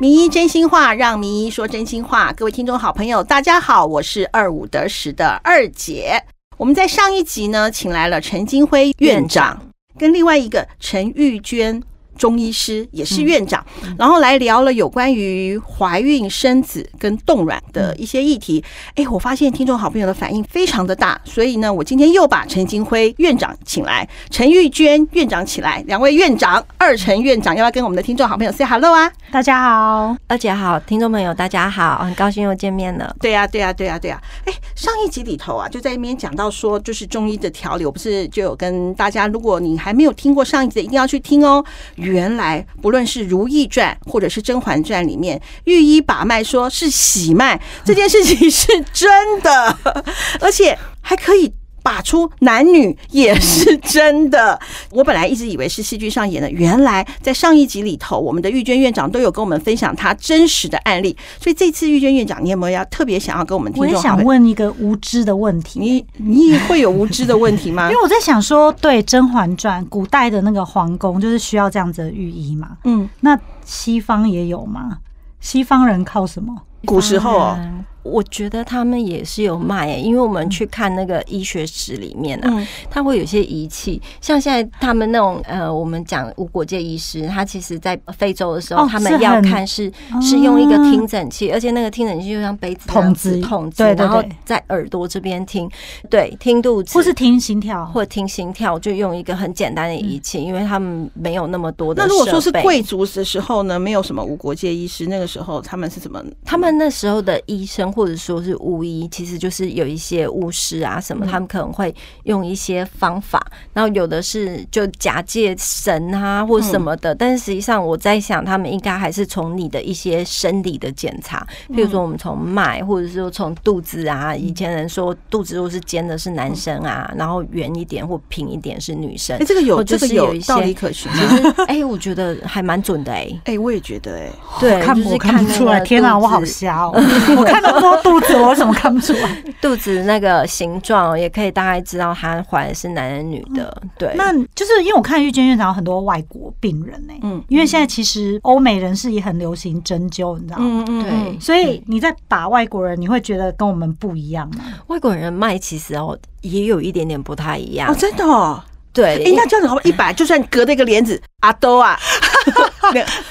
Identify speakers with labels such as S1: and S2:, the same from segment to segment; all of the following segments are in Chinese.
S1: 名医真心话，让名医说真心话。各位听众好朋友，大家好，我是二五得十的二姐。我们在上一集呢，请来了陈金辉院长，跟另外一个陈玉娟中医师，也是院长，然后来聊了有关于怀孕、生子跟冻卵的一些议题。哎，我发现听众好朋友的反应非常的大，所以呢，我今天又把陈金辉院长请来，陈玉娟院长请来，两位院长，二陈院长要不要跟我们的听众好朋友 say hello 啊？
S2: 大家好，
S3: 二姐好，听众朋友大家好，很高兴又见面了。
S1: 对呀、对呀、对呀、对呀、哎，上一集里头啊，就在那边讲到说，就是中医的调理，我不是就有跟大家，如果你还没有听过上一集的，一定要去听哦。原来不论是《如懿传》或者是《甄嬛传》里面，御医把脉说是喜脉，这件事情是真的， 而且还可以。把出男女也是真的。我本来一直以为是戏剧上演的，原来在上一集里头，我们的玉娟院长都有跟我们分享她真实的案例。所以这次玉娟院长，你有没有要特别想要跟我们听
S2: 我也
S1: 众好
S2: 想
S1: 朋友
S2: 问一个无知的问题，
S1: 你你也会有无知的问题吗
S2: 因为？我在想说，对《甄嬛传》古代的那个皇宫就是需要这样子的御医嘛？
S1: 嗯，
S2: 那西方也有吗？西方人靠什么？
S1: 古时候哦，
S3: 嗯我觉得他们也是有卖、欸，因为我们去看那个医学史里面啊，
S1: 嗯
S3: 它会有一些仪器，像现在他们那种呃，我们讲无国界医师，他其实在非洲的时候，
S2: 哦
S3: 他
S2: 是
S3: 们
S2: 很啊
S3: 要看是是用一个听诊器，而且那个听诊器就像杯子那样
S2: 筒子
S3: 筒子，
S2: 对对
S3: 然后
S2: 对
S3: 在耳朵这边听，对，听肚子，
S2: 或是听心跳？
S3: 或听心跳，就用一个很简单的仪
S2: 嗯
S3: 器，因为他们没有那么多的。
S1: 那如果说是贵，族的时候呢，没有什么无国界医师，那个时候他们是怎么？
S3: 他们那时候的医生或者说是巫医，其实就是有一些巫师啊什么，他们可能会用一些方法，然后有的是就假借神啊或什么的，但是实际上我在想，他们应该还是从你的一些生理的检查，比如说我们从脉，或者是说从肚子啊，以前人说肚子如果是尖的是男生啊，然后圆一点或平一点是女 生
S1: 哎，。这个有
S3: 呃或
S1: 这
S3: 者
S1: 个
S3: 是
S1: 有
S3: 有一些
S1: 道理可循吗。
S3: 其实，哎、我觉得还蛮准的哎、
S1: 哎、我也觉得哎、
S3: 对，
S2: 看
S3: 就是
S2: 哦我看
S3: 看
S2: 不出来，
S3: 那个
S2: 天哪，
S3: 肚
S2: 我好
S3: 子
S2: 瞎哦！我看那么多肚子，我怎么看不出来？
S3: 肚子那个形状，也可以大概知道她怀的是男人女的。 对，
S2: 那就是因为我看玉娟院长有很多外国病人欸呢、
S1: 嗯
S2: 因为现在其实欧美人士也很流行针灸，你知道吗？
S1: 嗯嗯
S3: 对
S2: 所以你在把外国人，你会觉得跟我们不一样吗？
S3: 外国人脉其实哦也有一点点不太一样
S1: 哦，。真的哦，
S3: 对，
S1: 哎、
S3: 因
S1: 那这样子好不好？一百就算隔着一个帘 子，阿兜啊，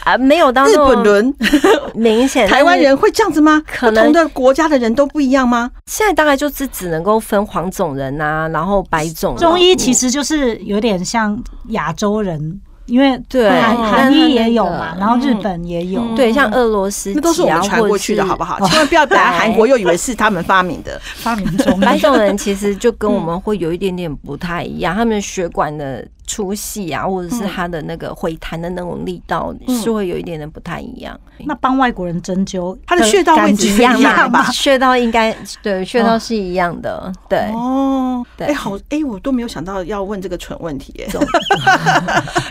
S3: 啊没有到
S1: 日
S3: 那
S1: 本
S3: 么
S1: 人、
S3: 明显。
S1: 台湾人会这样子吗？
S3: 可能
S1: 不同的国家的人都不一样吗？
S3: 但是现在大概就是只能够分黄种人啊，然后白种人。
S2: 中医其实就是有点像亚洲人，因为
S3: 对
S2: 韩
S1: 嗯
S2: 韩医也有嘛，
S3: 嗯
S2: 然后日本也有，
S1: 嗯
S3: 对，像俄罗斯籍啊，
S1: 那都是我们传过去的，
S3: 或者是哦
S1: 好不好？千万不要把韩国又以为是他们发明的。
S2: 发明 中
S3: 白种人其实就跟我们会有一点点不太一样，他们血管的粗细啊，或者是他的那个回弹的那种力道，
S1: 嗯
S3: 是会有一点点不太一样。
S2: 那帮外国人针灸，
S1: 他的穴道位置
S2: 感
S1: 是
S2: 觉
S3: 一
S1: 一
S3: 样
S1: 样 吧
S3: 嘛，穴道应该对，穴道是一样的，对。
S1: 哦，哎、
S3: 对
S1: 好，哎、我都没有想到要问这个蠢问题、耶。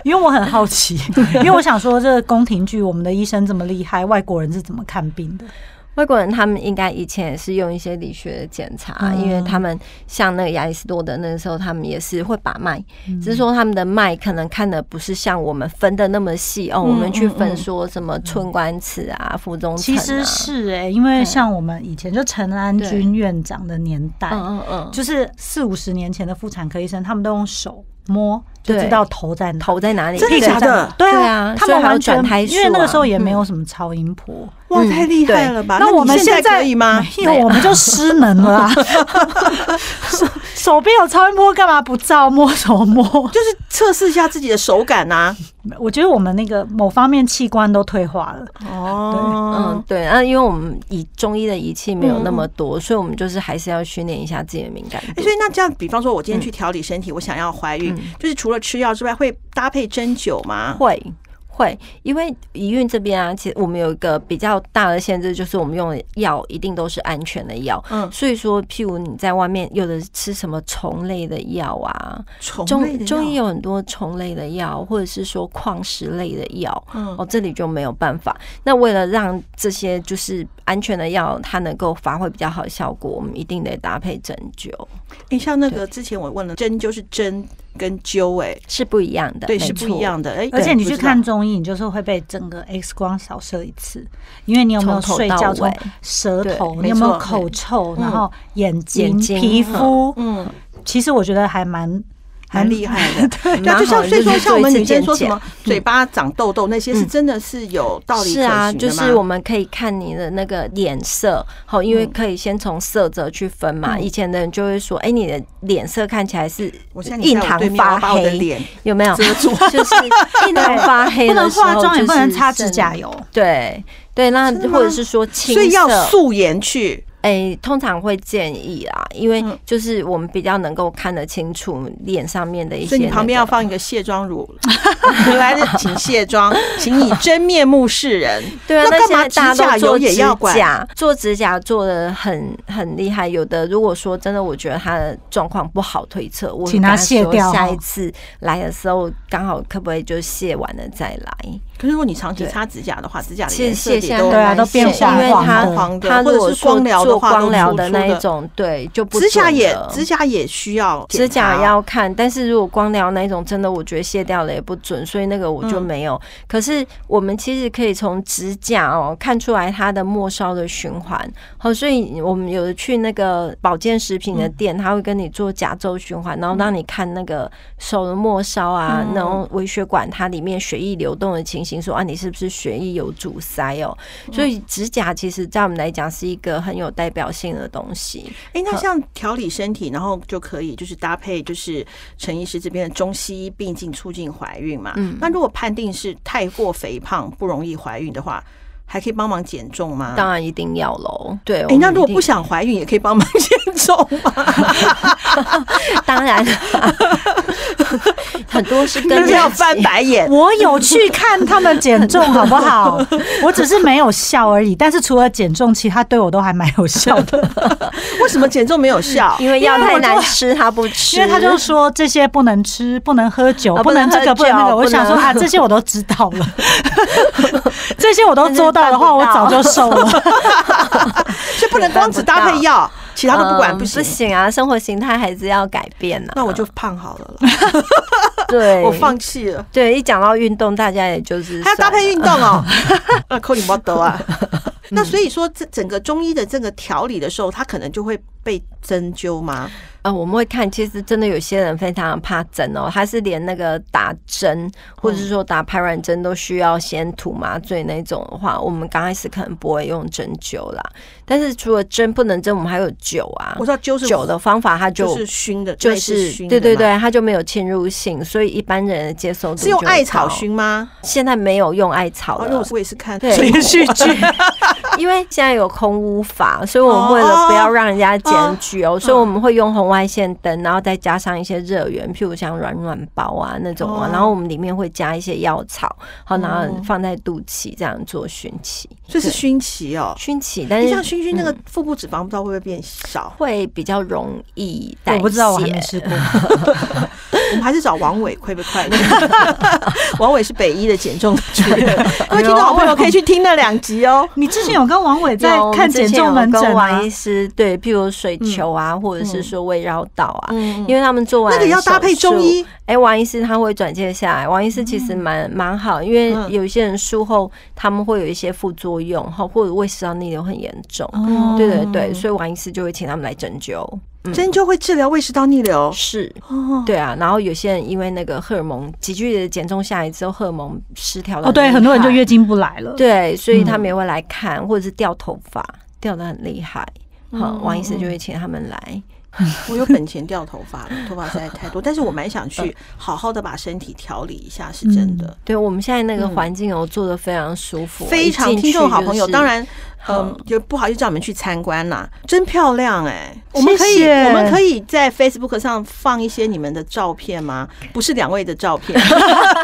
S2: 因为我很好奇，因为我想说这个宫廷剧，我们的医生这么厉害，外国人是怎么看病的？
S3: 外国人他们应该以前也是用一些理学的检查，
S2: 嗯
S3: 因为他们像那个亚里士多德那个时候，他们也是会把脉，只是说他们的脉可能看的不是像我们分的那么细哦，我们去分说什么寸关尺啊、腹中层
S2: 其
S3: 啊，
S2: 实是哎、因为
S3: 对
S2: 像我们以前就陈安军院长的年代，
S3: 嗯嗯嗯，
S2: 就是四五十年前的妇产科医生，他们都用手摸就
S3: 对
S2: 知道头在哪。
S3: 头在哪里？
S1: 真的
S2: 屁股
S1: 假
S2: 在
S1: 的
S2: 哪对
S3: 对
S2: 啊
S3: 啊，
S2: 他
S3: 所以
S2: 们
S3: 还有
S2: 完全
S3: 转胎术啊
S2: 因为那个时候也没有什么超音波，
S1: 哇，
S3: 嗯
S1: 太厉害了吧！
S2: 那
S1: 啊你
S2: 我们
S1: 现
S2: 在
S1: 可以吗？
S2: 没有，我们就失能了、啊。手手边有超音波，干嘛不照摸手摸？
S1: 就是测试一下自己的手感啊。
S2: 我觉得我们那个某方面器官都退化了。
S3: 嗯
S1: 哦，，
S3: 对，那、因为我们以中医的仪器没有那么多，所以我们就是还是要训练一下自己的敏感
S1: 哎
S3: 度
S1: 所。以那这样，比方说，我今天去调理身体，我想要怀孕，就是除了吃药之外，会搭配针灸吗？
S3: 会会，因为宜运这边啊，其实我们有一个比较大的限制，就是我们用的药一定都是安全的药。
S1: 嗯，
S3: 所以说，譬如你在外面有的吃什么虫类的药啊，
S1: 虫类的
S3: 中
S1: 药
S3: 中医有很多虫类的药，或者是说矿石类的药，哦
S1: 嗯
S3: 哦，这里就没有办法。那为了让这些就是安全的药，它能够发挥比较好的效果，我们一定得搭配针灸，
S1: 哎，像那个之前我问了，针就是针跟灸，哎，
S3: 是不一样的，
S1: 对，
S3: 没
S1: 是不一
S3: 错。
S1: 样的。哎，
S2: 而且
S1: 对
S2: 你
S1: 不
S2: 去
S1: 知道
S2: 看中医，你就是会被整个 X 光扫射一次，因为你有没有
S3: 从头
S2: 睡
S3: 到
S2: 觉，从
S3: 尾
S2: 舌
S3: 对
S2: 头，
S1: 没
S2: 你有没有
S1: 错
S2: 口臭，然
S1: 嗯
S2: 后眼睛、
S3: 眼睛
S2: 皮肤，
S1: 嗯，
S2: 其实我觉得还蛮
S1: 蛮
S2: 嗯
S1: 厉害的。对
S3: 蛮
S1: 啊，就像
S3: 好的
S1: 所以说，
S3: 就是
S1: 像我们
S3: 做一
S1: 女
S3: 次
S1: 生说
S3: 健
S1: 什么嘴巴长痘痘那些，是
S3: 嗯
S1: 真的是有道理
S3: 是
S1: 可
S3: 啊，
S1: 循
S3: 就
S1: 的吗
S3: 是我们可以看你的那个脸色，好，因为
S1: 嗯
S3: 可以先从色泽去分嘛。以前的人就会说，哎、你的脸色看起来是
S1: 我现在你
S3: 印
S1: 在我
S3: 堂
S1: 对面，我
S3: 发
S1: 要把我的
S3: 黑，
S1: 脸
S3: 有没有？
S1: 遮住。
S3: 就是印堂发黑
S2: 不
S3: 的
S2: 能
S3: 时候
S2: 化妆，也不能
S3: 就是
S2: 擦指甲
S3: 剩。
S2: 油。
S3: 对对，那
S1: 真的吗
S3: 或者是说青
S1: 所以要
S3: 色，
S1: 素颜去，
S3: 哎、通常会建议啊，因为
S1: 嗯
S3: 就是我们比较能够看得清楚脸上面的一些、
S1: 所以
S3: 那
S1: 你旁边
S3: 个
S1: 要放一个卸妆乳。原来的请卸 妆，请以真面目示人。
S3: 对啊，
S1: 那
S3: 那
S1: 干
S3: 现
S1: 嘛
S3: 在大
S1: 指
S3: 家
S1: 甲
S3: 都做
S1: 油也
S3: 指
S1: 要管
S3: 甲做指甲做的很很厉害，有的如果说真的，我觉得他的状况不好推测，我
S2: 请他
S3: 跟说
S2: 卸掉
S3: 下
S2: 哦
S3: 一次来的时候刚好可不可以就卸完了再来？
S1: 可是如果你长期
S3: 对
S1: 擦指甲的话，指甲的
S3: 其
S1: 颜
S3: 实
S1: 色
S3: 卸
S1: 也
S3: 下
S1: 都
S2: 对啊都变
S3: 黄
S1: 因
S3: 因
S1: 为
S3: 为
S2: 黄
S1: 它
S2: 它
S3: 他
S1: 黄的，
S3: 他
S1: 或
S3: 如
S1: 者
S3: 果
S1: 是光疗
S3: 做
S1: 的话，
S3: 光疗
S1: 都
S3: 的
S1: 粗粗
S3: 那一种，对，就不
S1: 指甲
S3: 准
S1: 也
S3: 了
S1: 指甲也需要
S3: 指甲
S1: 检查
S3: 要看，但是如果光疗那一种，真的我觉得卸掉了也不准，所以那个我就
S1: 嗯
S3: 没有。可是我们其实可以从指甲哦看出来它的末梢的循环。好，所以我们有的去那个保健食品
S1: 嗯
S3: 的店，他会跟你做甲周循环，然后让你看那个手的末梢啊，
S1: 嗯
S3: 然后微血管它里面血液流动的情形，说啊你是不是血液有阻塞哦？
S1: 嗯
S3: 所以指甲其实在我们来讲是一个很有代表性的东西。
S1: 哎、那像调理身体，然后就可以就是搭配就是陈医师这边的中西医并进促进怀孕嘛。嗯，那如果判定是太过肥胖不容易怀孕的话，还可以帮忙减重吗？
S3: 当然一定要喽，对。
S1: 哎、
S3: 我们
S1: 那
S3: 一
S1: 如果
S3: 定
S1: 不想怀孕，也可以帮忙减 重吗？
S3: 当然，啊 很多是跟
S1: 但是要
S3: 自己
S1: 翻白 眼。
S2: 我有去看他们减重，好不好？我只是没有笑而已。但是除了减重，其他对我都还蛮有效 的，
S1: 为什么减重没有效？
S3: 因为药太难吃，他不吃，
S2: 因为他就说这些不能吃，不能喝酒，
S3: 啊
S2: 不能这个，不
S3: 不
S2: 能
S3: 能
S2: 那
S3: 喝酒
S2: 个。我想说
S3: 不能
S2: 啊，这些我都知道 了，这些我都做到的话，我
S3: 但是办
S2: 早
S3: 不到
S2: 就瘦了。
S1: 所以不能光只搭配药，其他都不管不行。
S3: 嗯不行啊，生活形态还是要改变 啊。
S1: 那我就胖好了啦，
S3: 对，
S1: 我放弃了。
S3: 对一讲到运动，大家也就是
S1: 还要搭
S3: 算了
S1: 配运动 哦，那扣你毛得啊。那所以说，这整个中医的这个调理的时候，它可能就会被针灸吗？
S3: 呃，我们会看，其实真的有些人非常怕针哦，他是连那个打针或者是说打排卵针都需要先涂麻醉那种的话，我们刚开始可能不会用针灸啦。但是除了针不能针，我们还有酒啊
S1: 我。知道灸是
S3: 酒的方法，它
S1: 就是熏的，
S3: 就
S1: 类似
S3: 是
S1: 熏的
S3: 对
S1: 嘛
S3: 对，对，它就没有侵入性，所以一般人的接受度
S1: 是用
S3: 就会
S1: 艾草
S3: 高。
S1: 熏吗？
S3: 现在没有用艾草
S1: 哦，因为
S3: 了
S1: 我，我也是看
S3: 对
S1: 连续 剧，
S3: 因为现在有空屋法，所以我们为了不要让人家检举哦，所以我们会用红外线灯，然后再加上一些热源，譬如像软软包啊那种啊
S1: 哦，
S3: 然后我们里面会加一些药草，好，然
S1: 哦
S3: 后放在肚脐这样做熏气，
S1: 所以是
S3: 对
S1: 熏脐哦。
S3: 熏嗯气，但
S1: 你
S3: 是
S1: 像熏熏那个腹部脂肪，不知道会不会变少？
S3: 会比较容易代谢。
S2: 我不知道，我还没试过。
S1: 我们还是找王伟快不快 乐？王伟是北医的减重的主任，各位听众好
S3: 哎
S1: 朋友可以去听那两集哦。
S2: 你之前有跟王伟在
S3: 有我们
S2: 看
S3: 之
S2: 减
S3: 前
S2: 重
S3: 有
S2: 门诊啊嗯
S3: 跟
S2: 吗
S3: 王？医师对，譬如水球啊，或者是说胃绕道
S2: 嗯
S3: 啊，因为他们做完
S1: 那个要搭配
S3: 手术
S1: 中医。
S3: 哎、王医师他会转介下来，王医师其实
S2: 嗯
S3: 蛮蛮、好，因为
S1: 嗯
S3: 有一些人术后他们会有一些副作用，哈，或者胃食道逆流很严重。
S2: 哦
S3: 对对对，所以王医师就会请他们来针灸，嗯
S1: 针灸会治疗胃食道逆流
S3: 是
S1: 哦，
S3: 对啊。然后有些人因为那个荷尔蒙急剧的减重下来之后，荷尔蒙失调了，
S2: 哦，对，很多人就月经不来
S1: 嗯
S2: 了。
S3: 对，所以他们也会来看，或者是掉头发，掉的很厉害。
S1: 嗯
S3: 好，王医师就会请他们来。
S1: 我有本钱掉头发了，头发实在太多，但是我蛮想去好好的把身体调理一下，是真的。
S3: 对我们现在那个环境哦，做的非常舒服，
S1: 非常听众好朋友，当
S3: 然。
S1: 然，嗯，就不好意思叫你们去参观啦，真漂亮哎、我
S2: 谢
S1: 们可以，
S2: 谢
S1: 我们可以在 Facebook 上放一些你们的照片吗？不是两位的照片，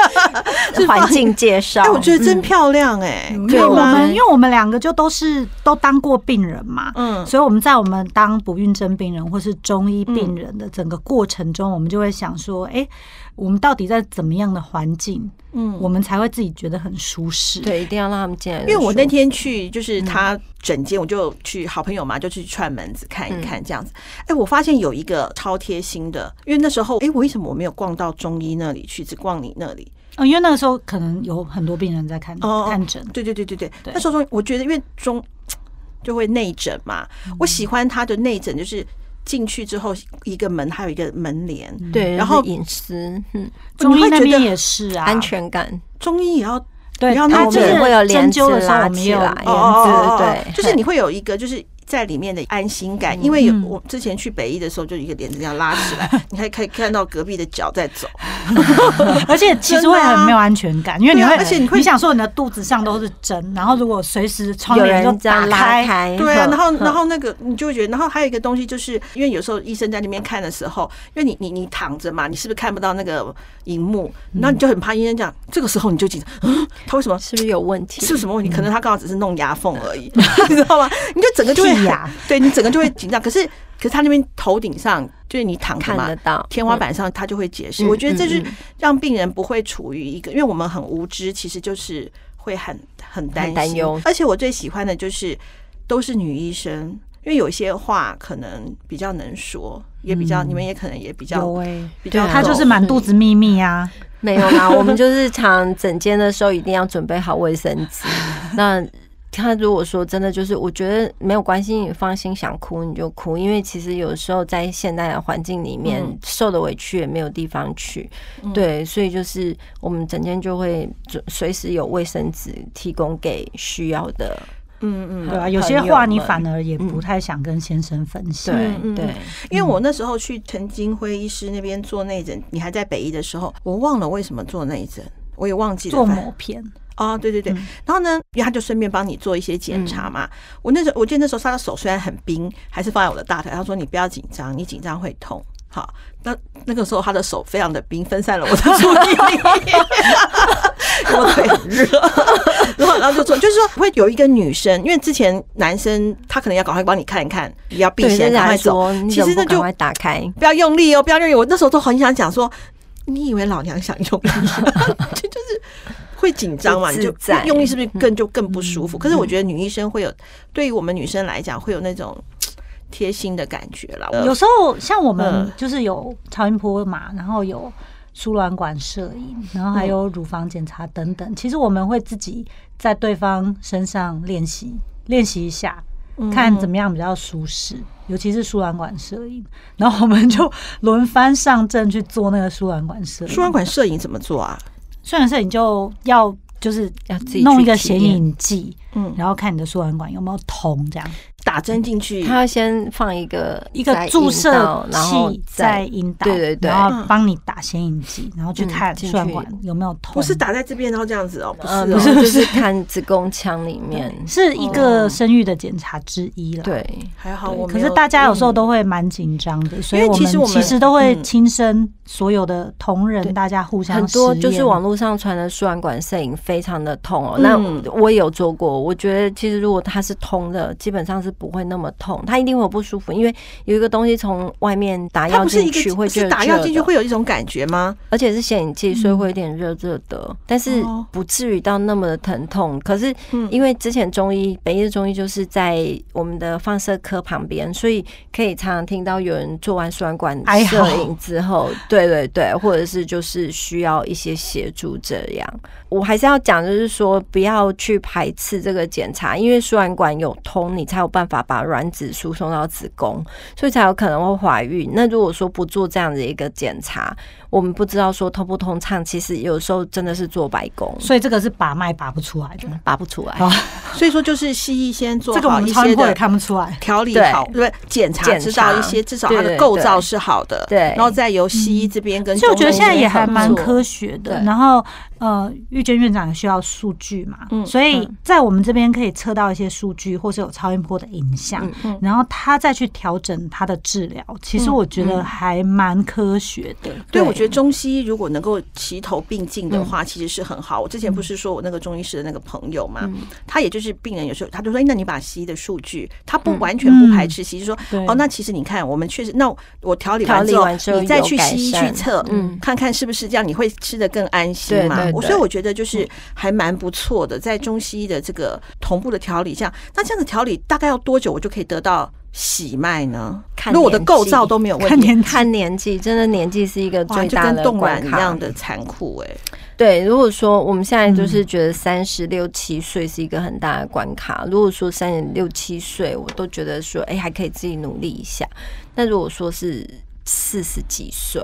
S1: 是放
S3: 环。境介绍。
S1: 哎、我觉得真漂亮哎、
S2: 因
S1: 可以
S2: 为我
S1: 吗？
S2: 们因为我们两个就都是都当过病人嘛，
S1: 嗯
S2: 所以我们在我们当不孕症病人或是中医病人的整个过程中，我们就会想说，哎、我们到底在怎么样的环境，
S1: 嗯
S2: 我们才会自己觉得很舒适？，
S3: 对，一定要让他们进来。
S1: 因为我那天去，就是他整间，我就去好朋友嘛，就去串门子看一看这样子。哎，我发现有一个超贴心的，因为那时候，哎，我为什么我没有逛到中医那里去，只逛你那里？
S2: 哦，因为那个时候可能有很多病人在看、
S1: 哦
S2: 看诊，
S1: 对对对对对，
S2: 对
S1: 那时候中，我觉得因为中就会内诊嘛，我喜欢他的内诊，就是进去之后一个门，还有一个门帘，
S3: 对，
S1: 然后
S3: 就是隐私，嗯，
S2: 中医那
S1: 你会觉
S2: 边
S1: 得
S2: 也是啊，
S3: 安。全感，
S1: 中医也要
S2: 对，
S1: 然后
S2: 它
S1: 我们
S2: 就是
S1: 也
S3: 会有帘
S2: 针灸的啊
S3: 子
S2: 时候，
S3: 拉
S2: 我们也
S3: 起
S2: 有
S3: 来
S1: 啊
S2: 帘
S3: 哦
S2: 子
S3: 哦哦对
S1: 就是你会有一个就是。在里面的安心感，因为有我之前去北医的时候，就有一个帘子这样拉起来，你还可以看到隔壁的脚在走。
S2: 而且其实会很没有安全感，因为你会，
S1: 对啊而且你会
S2: 想说你的肚子上都是针，然后如果随时窗
S3: 有
S2: 帘就
S3: 人这
S2: 打
S3: 样拉开，
S1: 对啊，
S3: 嗯
S1: 然后然
S3: 嗯
S1: 后那个你就会觉得，然后还有一个东西，就是因为有时候医生在那边看的时候，因为你你你躺着嘛，你是不是看不到那个荧幕？然后你就很怕医生讲，这个时候你就紧张，嗯，他为什么？
S3: 是不是有问题？
S1: 是不是什么问题？可能他刚好只是弄牙缝而已， 你知道吗？你就整个就会
S2: 剔
S1: 很
S2: 牙，
S1: 对你整个就会紧张。可是可是他那边头顶上就是你躺着
S3: 看
S1: 嘛
S3: 得，到
S1: 天花板上他就会解释。
S3: 嗯
S1: 我觉得这是
S3: 嗯嗯
S1: 让病人不会处于一个，因为我们很无知，其实就是会很很担心
S3: 很担忧
S1: 而且我最喜欢的就是都是女医生，因为有些话可能比较能说，也比较、你们也可能也比较
S2: 有哎，
S1: 比较
S3: 嗯对啊
S2: 他就是
S1: 懂
S2: 满肚子秘密啊，
S3: 没有 啦，我们就是常整间的时候一定要准备好卫生 纸。那他如果说真的就是，我觉得没有关系，你放心，想哭你就哭，因为其实有时候在现代的环境里面，
S1: 嗯
S3: 受的委屈也没有地方去。
S1: 嗯
S3: 对，所以就是我们整间就会准随时有卫生纸提供给需要的。
S1: 嗯嗯。
S2: 对啊，
S3: 朋
S2: 有
S3: 友
S2: 些话你
S3: 们嗯
S2: 反而也不太想跟先生分享。
S3: 对
S1: 嗯嗯
S3: 对，
S1: 因为我那时候去陈金辉医师那边做内诊，你还在北医的时候，我忘了为什么做内诊，我也忘记了。
S2: 做
S1: 反正
S2: 某片，
S1: 哦，对对对，
S3: 嗯
S1: 然后呢，因为他就顺便帮你做一些检查嘛。我那时候我记得那时候他的手虽然很冰，还是放在我的大腿，他说你不要紧张，你紧张会痛。好，那那个时候他的手非常的冰，分散了我的注意力， 我腿很热，然后然后就做，就是说会有一个女生，因为之前男生他可能要赶快帮你看一看，也要避
S3: 对，
S1: 嫌，
S3: 现
S1: 赶
S3: 在
S1: 快
S3: 来
S1: 走。
S3: 说，你
S1: 其
S3: 怎
S1: 实
S3: 么
S1: 那
S3: 不赶
S1: 就
S3: 快打开？
S1: 不要用力哦，不要用力。我那时候都很想讲说，你以为老娘想用力， 就就是会紧张嘛，
S3: 不
S1: 你
S3: 自
S1: 就
S3: 在嗯
S1: 用力是不是更就更不舒服？可是我觉得女医生会有，对于我们女生来讲会有那种嘖贴心的感觉啦。
S3: 呃
S2: 有时候像我们
S1: 嗯
S2: 就是有超音波嘛，然后有输卵管摄影，然后
S3: 嗯
S2: 还有乳房检查等等。其实我们会自己在对方身上练习练习一下，
S1: 嗯
S3: 嗯
S2: 看怎么样比较舒适，尤其是输卵管摄影。然后我们就轮番上阵去做那个输卵管摄影。
S1: 输卵管摄影怎么做啊？
S2: 输卵管摄影就要就是
S3: 要自己
S2: 弄
S3: 去
S2: 一个
S3: 体
S2: 显
S3: 验
S2: 影剂，
S1: 嗯
S2: 然后看你的输卵管有没有通这样。
S1: 打针进去，
S3: 他要先放一个
S2: 一个
S3: 在
S2: 注
S3: 阴
S2: 射
S3: 道然后
S2: 器在
S3: 再
S2: 引导，
S3: 对对对
S2: 然后
S1: 嗯
S2: 帮你打显影剂，然后去
S3: 嗯
S2: 看
S3: 进
S2: 输卵
S3: 去
S2: 管有没有痛。
S1: 不是，打在这边，然后这样子哦，嗯不
S3: 呃，
S1: 是
S3: 不
S1: 哦，
S3: 是，就是看子宫 腔里面。
S2: 是一个生育的检查之一了。。
S3: 哦对，
S1: 还好我没
S2: 可是大家有时候都会蛮紧张的，所
S1: 哦嗯
S2: 以
S1: 因为
S2: 我
S1: 其实
S2: 们
S1: 我们
S2: 其实都会
S1: 嗯
S2: 亲身所有的同仁，大家互相
S3: 很多
S2: 实
S3: 就是
S2: 验
S3: 网络上传的输卵管摄影非常的痛哦。
S1: 嗯
S3: 那我也有做过，我觉得其实如果它是通的，基本上是不会那么痛，它一定会有不舒服，因为有一个东西从外面打
S1: 它
S3: 药
S1: 不是
S3: 进
S1: 一
S3: 去会
S1: 个
S3: 觉
S1: 是
S3: 得
S1: 打药进去
S3: 热的，
S1: 会有一种感觉吗？
S3: 而且是显影剂，所以会有点热热的，但是
S1: 嗯哦
S3: 不至于到那么的疼痛。可是
S1: 嗯
S3: 因为之前中医北医的中医就是在我们的放射科旁边，所以可以常常听到有人做完输卵管
S1: 哎
S2: 哀嚎
S3: 摄影之后，对对对，或者是就是需要一些协助这样。我还是要讲，就是说不要去排斥这个检查，因为输卵管有通，你才有办法把卵子输送到子宫，所以才有可能会怀孕。那如果说不做这样的一个检查，我们不知道说通不通畅，其实有时候真的是做白工，
S2: 所以这个是把脉拔不出来的，
S3: 拔不出来。
S1: 所以说就是西医先哎做
S2: 这个我
S1: 好
S2: 们
S1: 一
S2: 超音
S1: 些
S2: 波也
S1: 的
S2: 看不出来。
S1: 调理
S3: 对
S1: 好，对检查
S3: 检
S1: 知道一
S3: 查
S1: 些，至少
S3: 对
S1: 它的
S3: 对
S1: 构
S3: 对
S1: 造是好的，
S3: 对
S1: 然后再由西医这边跟
S2: 所以
S1: 中
S2: 嗯我
S1: 医这边合作，
S2: 觉得现在也还蛮
S3: 合作
S2: 科学的。
S3: 对
S2: 然后呃，玉娟院长也需要数据嘛，
S1: 嗯
S2: 所以在我们这边可以测到一些数据，或是有超音波的影像，
S1: 嗯
S2: 然后他再去调整他的治疗。其
S3: 嗯
S2: 实我觉得还蛮科学的。
S1: 对，
S3: 对
S1: 我觉得中西医如果能够
S3: 嗯嗯
S1: 齐头并进的话，其实是很好。我之前不是说我那个中医师的那个朋友嘛，他也就是就是病人有时候他就说，哎那你把西医的数据，他
S3: 嗯
S1: 不完全不
S2: 嗯
S1: 排斥西医，就说
S2: 对
S1: 哦，那其实你看，我们确实，那我调理
S3: 调
S1: 完
S3: 理
S1: 之后
S3: 完之后，
S1: 你再
S3: 有
S1: 去
S3: 改
S1: 西医去
S3: 善
S1: 测，
S3: 嗯
S1: 看看是不是这样，你会吃的更安心
S3: 对
S1: 嘛
S3: 对？
S1: 我
S3: 对嗯
S1: 所以我觉得就是还蛮不错的，在中西医的这个同步的调理下，那这样子调理大概要多久我就可以得到喜脉呢？
S3: 看
S1: 如果我的
S3: 年
S1: 构
S3: 纪
S1: 造都没有问
S2: 看
S1: 题，
S2: 年纪
S3: 看年纪，真的年纪是一个
S1: 哇，
S3: 最
S1: 就
S3: 大
S1: 跟
S3: 的
S1: 冻
S3: 关
S1: 卵一
S3: 卡。
S1: 样的嗯残酷哎、
S3: 对，如果说我们现在就是觉得三十六七岁是一个很大的关卡，如果说三十六七岁，我都觉得说，哎、还可以自己努力一下。那如果说是四十几岁，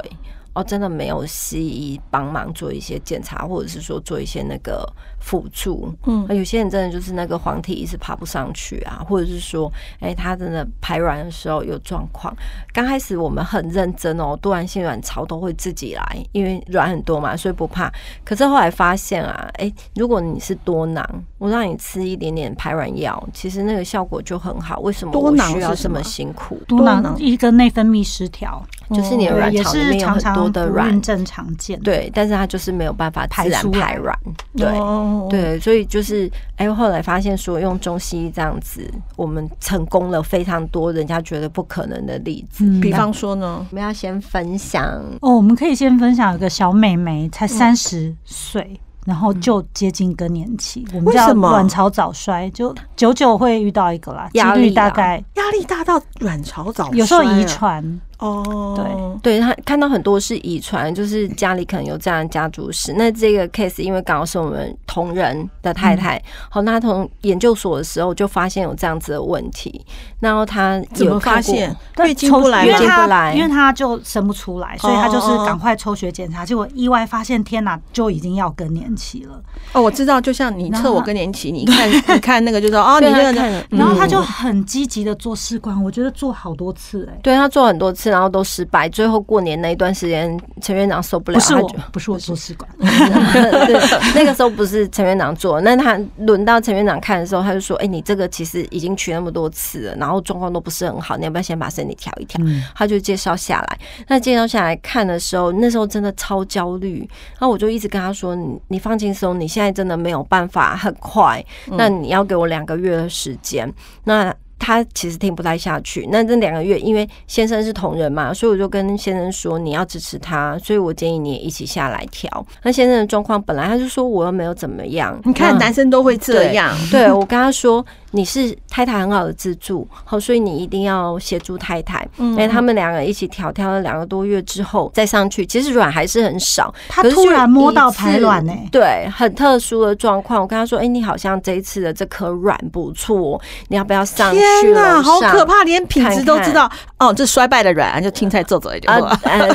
S3: 哦，真的没有西医帮忙做一些检查，或者是说做一些那个辅助，
S1: 嗯
S3: 有些人真的就是那个黄体一直爬不上去啊，或者是说，哎、他真的排卵的时候有状况。刚开始我们很认真哦，多囊性卵巢都会自己来，因为卵很多嘛，所以不怕。可是后来发现啊，哎、如果你是多囊，我让你吃一点点排卵药，其实那个效果就很好。为什么
S1: 多
S3: 我
S1: 囊
S3: 需要
S1: 是什
S3: 这么
S1: 么
S3: 辛苦？
S2: 多
S1: 多囊
S2: 囊一个内分泌失调，
S3: 就是你的
S2: 对，
S3: 卵
S2: 哦也
S3: 巢里
S2: 是
S3: 面有
S2: 常
S3: 很
S2: 常
S3: 多的
S2: 不
S3: 卵
S2: 孕，症常见。，
S3: 对，但是它就是没有办法自
S2: 排
S3: 然
S2: 出来
S3: 排卵，对。
S1: 哦，
S3: 对，所以就是，哎、后来发现说用中西医这样子，我们成功了非常多人家觉得不可能的例子。
S2: 嗯
S1: 比方说呢，
S3: 我们要先分享，
S2: 哦，我们可以先分享一个小妹妹，才三十岁。然后就接近更年期，我们
S1: 为
S2: 叫
S1: 什么
S2: 卵巢早衰，就久久会遇到一个啦，几
S3: 压
S2: 率
S3: 力
S2: 大
S3: 啊
S2: 概
S1: 压力大到卵巢早衰啊、
S2: 有时候遗传，
S1: 哦，
S2: 对
S3: 对他看到很多是遗传，就是家里可能有这样的家族史。那这个 case 因为刚好是我们同仁的太太，
S2: 嗯
S3: 好、那她从研究所的时候就发现有这样子的问题，然后她
S1: 怎么
S3: 有
S1: 发
S3: 看过
S1: 现？
S2: 但
S1: 月经
S2: 抽
S1: 不来
S2: 因
S1: 吗
S2: 为？
S3: 月经不来
S2: 他因为他就生不出来，所以他就是
S1: 哦哦哦
S2: 赶快抽血检查，结果意外发现，天哪，就已经要更年期了。
S1: 哦，我知道，就像你
S2: 然后
S1: 测我更年期，你看你看那个就知道哦，你
S3: 对
S1: 那
S3: 她
S1: 个
S3: 看了
S2: 然后他就
S1: 嗯
S2: 很积极的做试管，我觉得做好多次哎、
S3: 对他做很多次，然后都失败。最后过年那一段时间，陈院长受不了，嗯
S2: 不是
S3: 他
S2: 我
S3: 就，
S2: 啊不是我做试管，
S3: 对，那个时候不是陈院长做，那他轮到陈院长看的时候，他就说：“哎、你这个其实已经取那么多次了，然后状况都不是很好，你要不要先把身体调一调？”
S2: 嗯
S3: 他就介绍下来。那介绍下来看的时候，那时候真的超焦虑。然后我就一直跟他说：“你你放轻松，你现在真的没有办法很快，
S1: 嗯
S3: 那你要给我两个月的时间。”那他其实听不太下去。那这两个月，因为先生是同仁嘛，所以我就跟先生说你要支持他，所以我建议你也一起下来调。那先生的状况本来他就说我又没有怎么样，
S1: 你看
S3: 那
S1: 男生都会这样，
S3: 嗯 对我跟他说，你是太太很好的支柱，好，所以你一定要协助太太。嗯，他们两个一起调调了两个多月之后再上去，其实卵还是很少。
S2: 他
S3: 可是
S2: 突
S3: 就
S2: 然
S3: 一
S2: 摸到
S3: 次
S2: 排卵哎、
S3: 对，很特殊的状况。我跟他说，哎、你好像这一次的这颗卵不错，你要不要上去
S1: 天
S3: 楼上？
S1: 好可怕，连品质都
S3: 看看
S1: 知道。哦，这衰败的卵，就青菜做 做也就
S3: 啊
S1: 好了。
S3: 呃，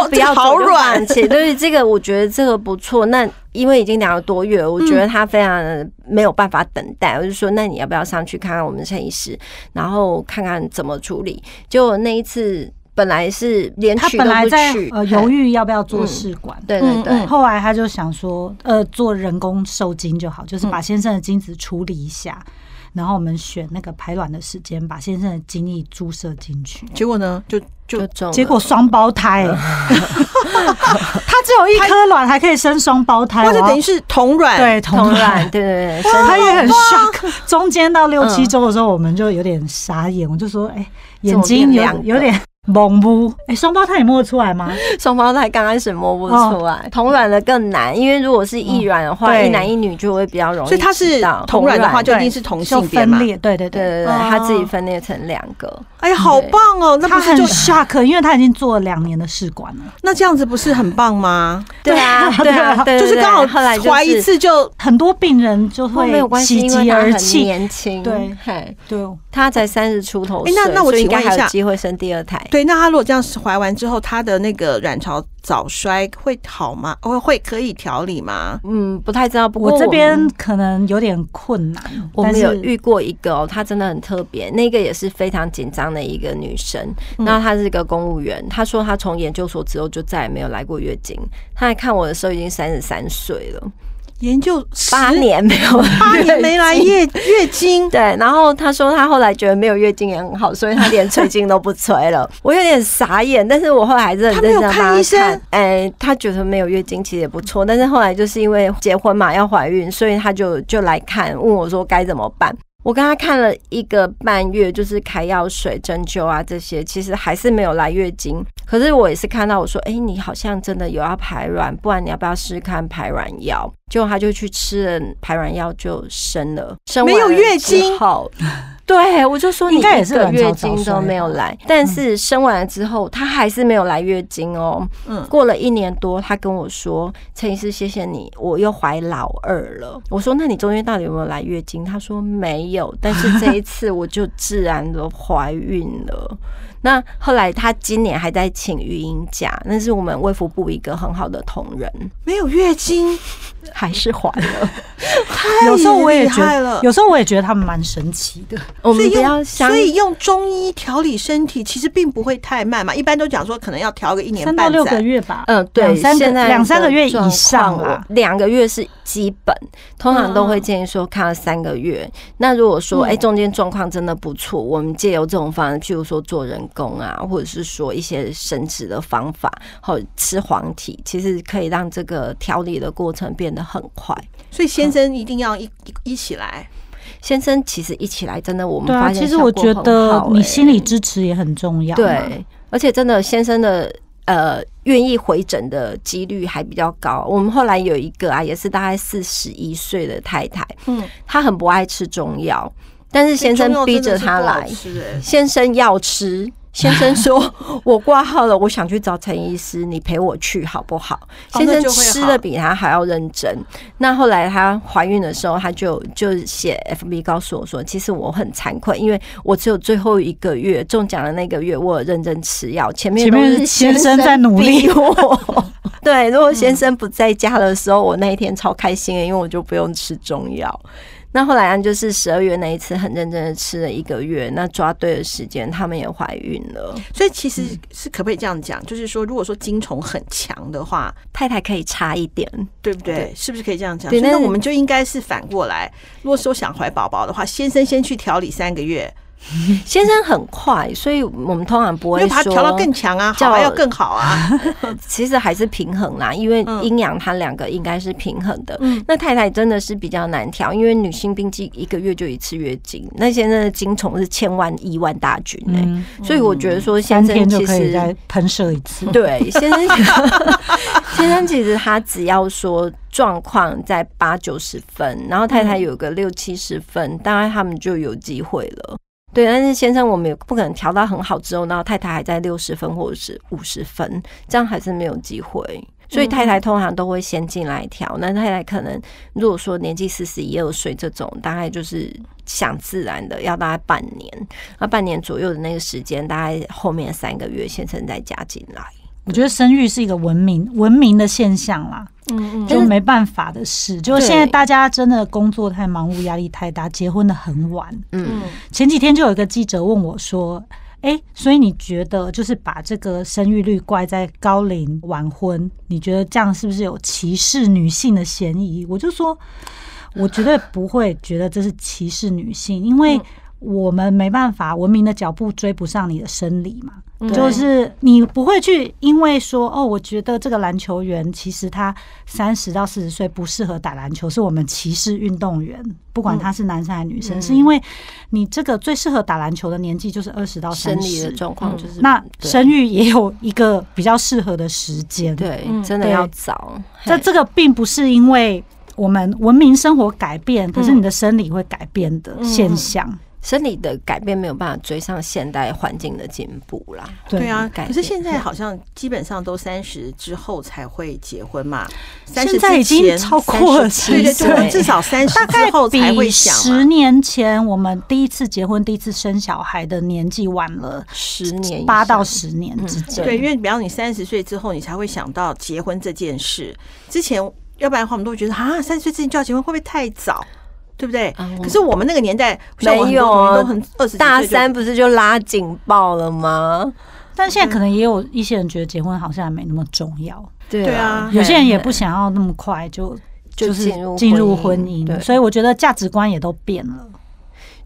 S1: 哦
S3: 就不要
S1: 这好
S3: 走就
S1: 软
S3: 放弃 对这个，我觉得这个不错。那因为已经两个多月了，我觉得他非常没有办法等待，我就说，那你要不要上去看看我们陈医师，然后看看怎么处理？结果那一次本来是连
S2: 他
S3: 去都
S2: 本来
S3: 不
S2: 在
S3: 去，
S2: 呃犹
S3: 豫，
S2: 豫要不要做
S3: 嗯
S2: 试管，
S3: 对对
S1: 嗯
S3: 对，
S1: 嗯
S2: 后来他就想说，呃，做人工受精就好，就是
S3: 嗯
S2: 把先生的精子处理一下，然后我们选那个排卵的时间，把先生的精液注射进去。
S3: 哦
S1: 结果呢，就就
S3: 就中了
S2: 结果双胞胎， 他只有一颗卵，还可以生双胞胎，
S1: 或者
S2: 我要
S1: 等于是同卵，
S2: 对
S3: 同
S2: 同
S3: 卵，
S2: 卵。
S3: 对对对，
S2: 他也很
S1: 哇
S2: shock。中间到六
S3: 嗯
S2: 七周的时候，我们就有点傻眼，我就说：“哎，眼
S3: 怎
S2: 睛
S3: 么变
S2: 有
S3: 两个
S2: 有点蒙不？哎，双胞胎你摸得出来吗？
S3: 双胞胎刚开始摸不出来，同卵的更难，因为如果是异卵的
S2: 嗯
S3: 话，
S2: 对
S3: 一男一女就会比较容易
S1: 所
S3: 知道。
S1: 以它是同卵的话，就一定
S2: 对
S1: 是同
S2: 就
S1: 性别嘛
S2: 分。裂，对对
S3: 对
S2: 对。
S3: 对对，
S1: 哦
S3: 他自己分裂成两个。
S1: 哎呀，好棒哦！那
S2: 他
S1: 不
S2: 很
S1: 是就
S2: shock，因为他已经做了两年的试管了，
S1: 那这样子不是很棒吗？
S3: 对啊，对啊，对对对
S1: 就是刚好
S3: 后来就是
S1: 怀一。次就
S2: 很多病人就
S3: 哦
S2: 会
S3: 没有关系，
S2: 喜
S3: 因为
S2: 极
S3: 他
S2: 而
S3: 很
S2: 泣。
S3: 年轻，
S2: 对
S3: 嘿，
S2: 对，
S3: 他才三十出头
S1: 哎
S3: 岁，
S1: 那那我
S3: 所以
S1: 请
S3: 应该
S1: 问一
S3: 还有
S1: 下
S3: 机会生第二胎。
S1: 对。那她如果这样怀完之后，她的那个卵巢早衰会好吗？会会可以调理吗？
S3: 嗯，不太知道，不过
S2: 我这
S3: 们
S2: 边可能有点困难，
S3: 我
S2: 但
S3: 们
S2: 是
S3: 有遇过一个哦，她真的很特别，那个也是非常紧张的一个女生。然后她是一个公务员，她说她从研究所之后就再也没有来过月经。她来看我的时候已经三十三岁了，
S1: 研究十
S3: 八年没有
S1: 八年没来
S3: 月经
S1: 月月经，
S3: 对，然后他说他后来觉得没有月经也很好，所以他连催经都不 催了。我有点傻眼，但是我后来还是很认真地
S1: 他没有看
S3: 帮
S1: 医
S3: 他看
S1: 生。
S3: 哎，他觉得没有月经其实也不错，但是后来就是因为结婚嘛要怀孕，所以他就就来看，问我说该怎么办。我跟他看了一个半月，就是开药水、针灸啊这些，其实还是没有来月经。可是我也是看到我说，哎、你好像真的有要排卵，不然你要不要试试看排卵药？结果他就去吃了排卵药，就生了，生完
S1: 没有
S3: 了
S1: 月
S3: 之
S1: 经
S3: 后，对我就说你
S2: 应该也
S3: 一
S2: 是
S3: 个
S2: 卵
S3: 月
S2: 巢早
S3: 经
S2: 衰
S3: 都没有
S2: 吧嗯
S3: 来，但是生完了之后，他还是没有来月经哦。
S1: 嗯
S3: 过了一年多，他跟我说：“陈医师，谢谢你，我又怀老二了。”我说：“那你中间到底有没有来月经？”他说：“没有，但是这一次我就自然的怀孕了。”那后来他今年还在请育婴假，那是我们卫福部一个很好的同仁，
S1: 没有月经，
S3: 还是怀了。
S1: 太
S2: 有时候我也
S1: 厉
S2: 觉
S1: 害了
S2: 得，。有时候我也觉得他们蛮神奇的。
S1: 所
S3: 我们
S1: 以
S3: 不要
S1: 用
S3: 相
S1: 所以用中医调理身体，其实并不会太慢嘛。一般都讲说可能要调个一年
S2: 三
S1: 半
S2: 到六
S1: 载
S2: 个月吧，
S3: 嗯，对，
S2: 两三个
S3: 现在
S2: 两三个
S3: 的
S2: 月以
S3: 状
S2: 上
S3: 况
S2: 啦嗯
S3: 我两个月是基本，通常都会建议说看了三个月。那如果说哎、中间状况真的不错，我们借由这种方式，譬如说做人工啊，或者是说一些生殖的方法，或者吃黄体，其实可以让这个调理的过程变得很快。
S1: 所以先生一定要一一一起来。
S3: 先生，其实一起来真的，我们
S2: 对啊，
S3: 发现、
S2: 其实我觉得
S3: 欸
S2: 你心理支持也很重要嘛。
S3: 对，而且真的先生的呃愿意回诊的几率还比较高。我们后来有一个啊，也是大概四十一岁的太太，
S1: 嗯，
S3: 她很不爱吃中药，但是先生逼着她来，
S1: 中药真的是不好吃哎
S3: 先生要 吃。先生说：“我挂号了，我想去找陈医师，你陪我去好不好？”
S1: 哦
S3: 先
S1: 那
S3: 生
S1: 就会
S3: 吃
S1: 好
S3: 的比她还要认真。那后来她怀孕的时候，她就就写 FB 告诉我说：“其实我很惭愧，因为我只有最后一个月中奖的那个月，我有认真吃药，前面
S2: 前
S3: 都
S2: 面
S3: 是
S2: 是先生在努力嗯
S3: 逼我。 对，如果先生不在家的时候，我那一天超开心的，因为我就不用吃中药。那后来安就是十二月那一次很认真的吃了一个月，那抓对了时间，他们也怀孕了。
S1: 所以其实是可不可以这样讲？就是说，如果说精虫很强的话，
S3: 太太可以差一点，
S1: 对不对？
S3: 对
S1: 是不是可以这样讲？所
S3: 对
S1: 以那
S3: 但是
S1: 我们就应该是反过来，如果说想怀宝宝的话，先生先去调理三个月，
S3: 先生很快，所以我们通常不
S1: 因
S3: 会
S1: 为
S3: 说
S1: 把它调到更强啊，
S3: 叫
S1: 好还要更好啊。
S3: 其实还是平衡啦，因为
S1: 嗯
S3: 阴阳它两个应该是平衡的。
S1: 嗯
S3: 那太太真的是比较难调，因为女性病机一个月就一次月经，那先生的精虫是千万亿万大军哎、
S2: 嗯，
S3: 所以我觉得说先
S2: 三
S3: 生
S2: 天就
S3: 其
S2: 可以再
S3: 实。
S2: 喷射一次。
S3: 对，先生， 先生其实他只要说状况在八九十分，然后太太有个六七十分，大概他们就有机会了。对，但是先生，我们也不可能调到很好之后，然后太太还在六十分或者是五十分，这样还是没有机会。所以太太通常都会先进来调，那太太可能如果说年纪四十一二岁这种，大概就是想自然的要大概半年，那半年左右的那个时间，大概后面三个月先生再加进来。
S2: 我觉得生育是一个文明文明的现象啦，
S1: 嗯
S2: 就
S3: 但是
S2: 没办法的事。就是现在大家真的工作太忙碌，压力太大，结婚的很晚。
S3: 嗯，
S2: 前几天就有一个记者问我说：“哎、所以你觉得就是把这个生育率怪在高龄晚婚，你觉得这样是不是有歧视女性的嫌疑？”我就说，我绝对不会觉得这是歧视女性，因为
S1: 嗯
S2: 我们没办法，文明的脚步追不上你的生理嘛。
S1: 嗯
S2: 就
S3: 对
S2: 是你不会去因为说哦，我觉得这个篮球员其实他三十到四十岁不适合打篮球，是我们歧视运动员，不管他是男生还是女
S3: 嗯
S2: 生，是因为你这个最适合打篮球的年纪就是二十到
S3: 生
S2: 三
S3: 理的
S2: 十，嗯
S3: 状况就是、
S2: 那
S3: 对
S2: 生育也有一个比较适合的时间。，
S3: 对
S1: 嗯，
S3: 真的
S2: 对
S3: 要早。
S2: 这
S3: 嘿
S2: 这个并不是因为我们文明生活改
S3: 嗯
S2: 变，可是你的生理会改变的现象。
S3: 生理的改变没有办法追上现代环境的进步啦。
S1: 对啊。
S3: 改
S1: 可是
S3: 变
S1: 现在好像基本上都三十之后才会结婚嘛，三
S2: 现
S1: 十
S2: 在已经超过了
S1: 对对
S3: 30
S1: 对，至少三十
S2: 大概
S1: 之后才会
S2: 比
S1: 想
S2: 十
S1: 嘛。
S2: 年前我们第一次结婚、第一次生小孩的年纪晚了
S3: 十年以
S2: 八到
S3: 上
S2: 十年之
S1: 嗯
S2: 间。
S1: 对，因为比方你三十岁之后，你才会想到结婚这件事。之前，要不然的话，我们都会觉得啊，三十岁之前就要结婚，会不会太早？对不对？
S3: 嗯
S1: 可是我们那个年代，像我很
S3: 没
S1: 多
S3: 有
S1: 同学
S3: 啊
S1: 都很二十
S3: 大三不是就拉警报了吗？
S2: 但现在可能也有一些人觉得结婚好像还没那么重要，
S3: 对
S1: 对啊
S2: 有些人也
S3: 嘿
S2: 不想要那么快就
S3: 嗯就
S2: 就是
S3: 进入
S2: 进入婚姻，
S3: 对
S2: 所以我觉得价值观也都变了。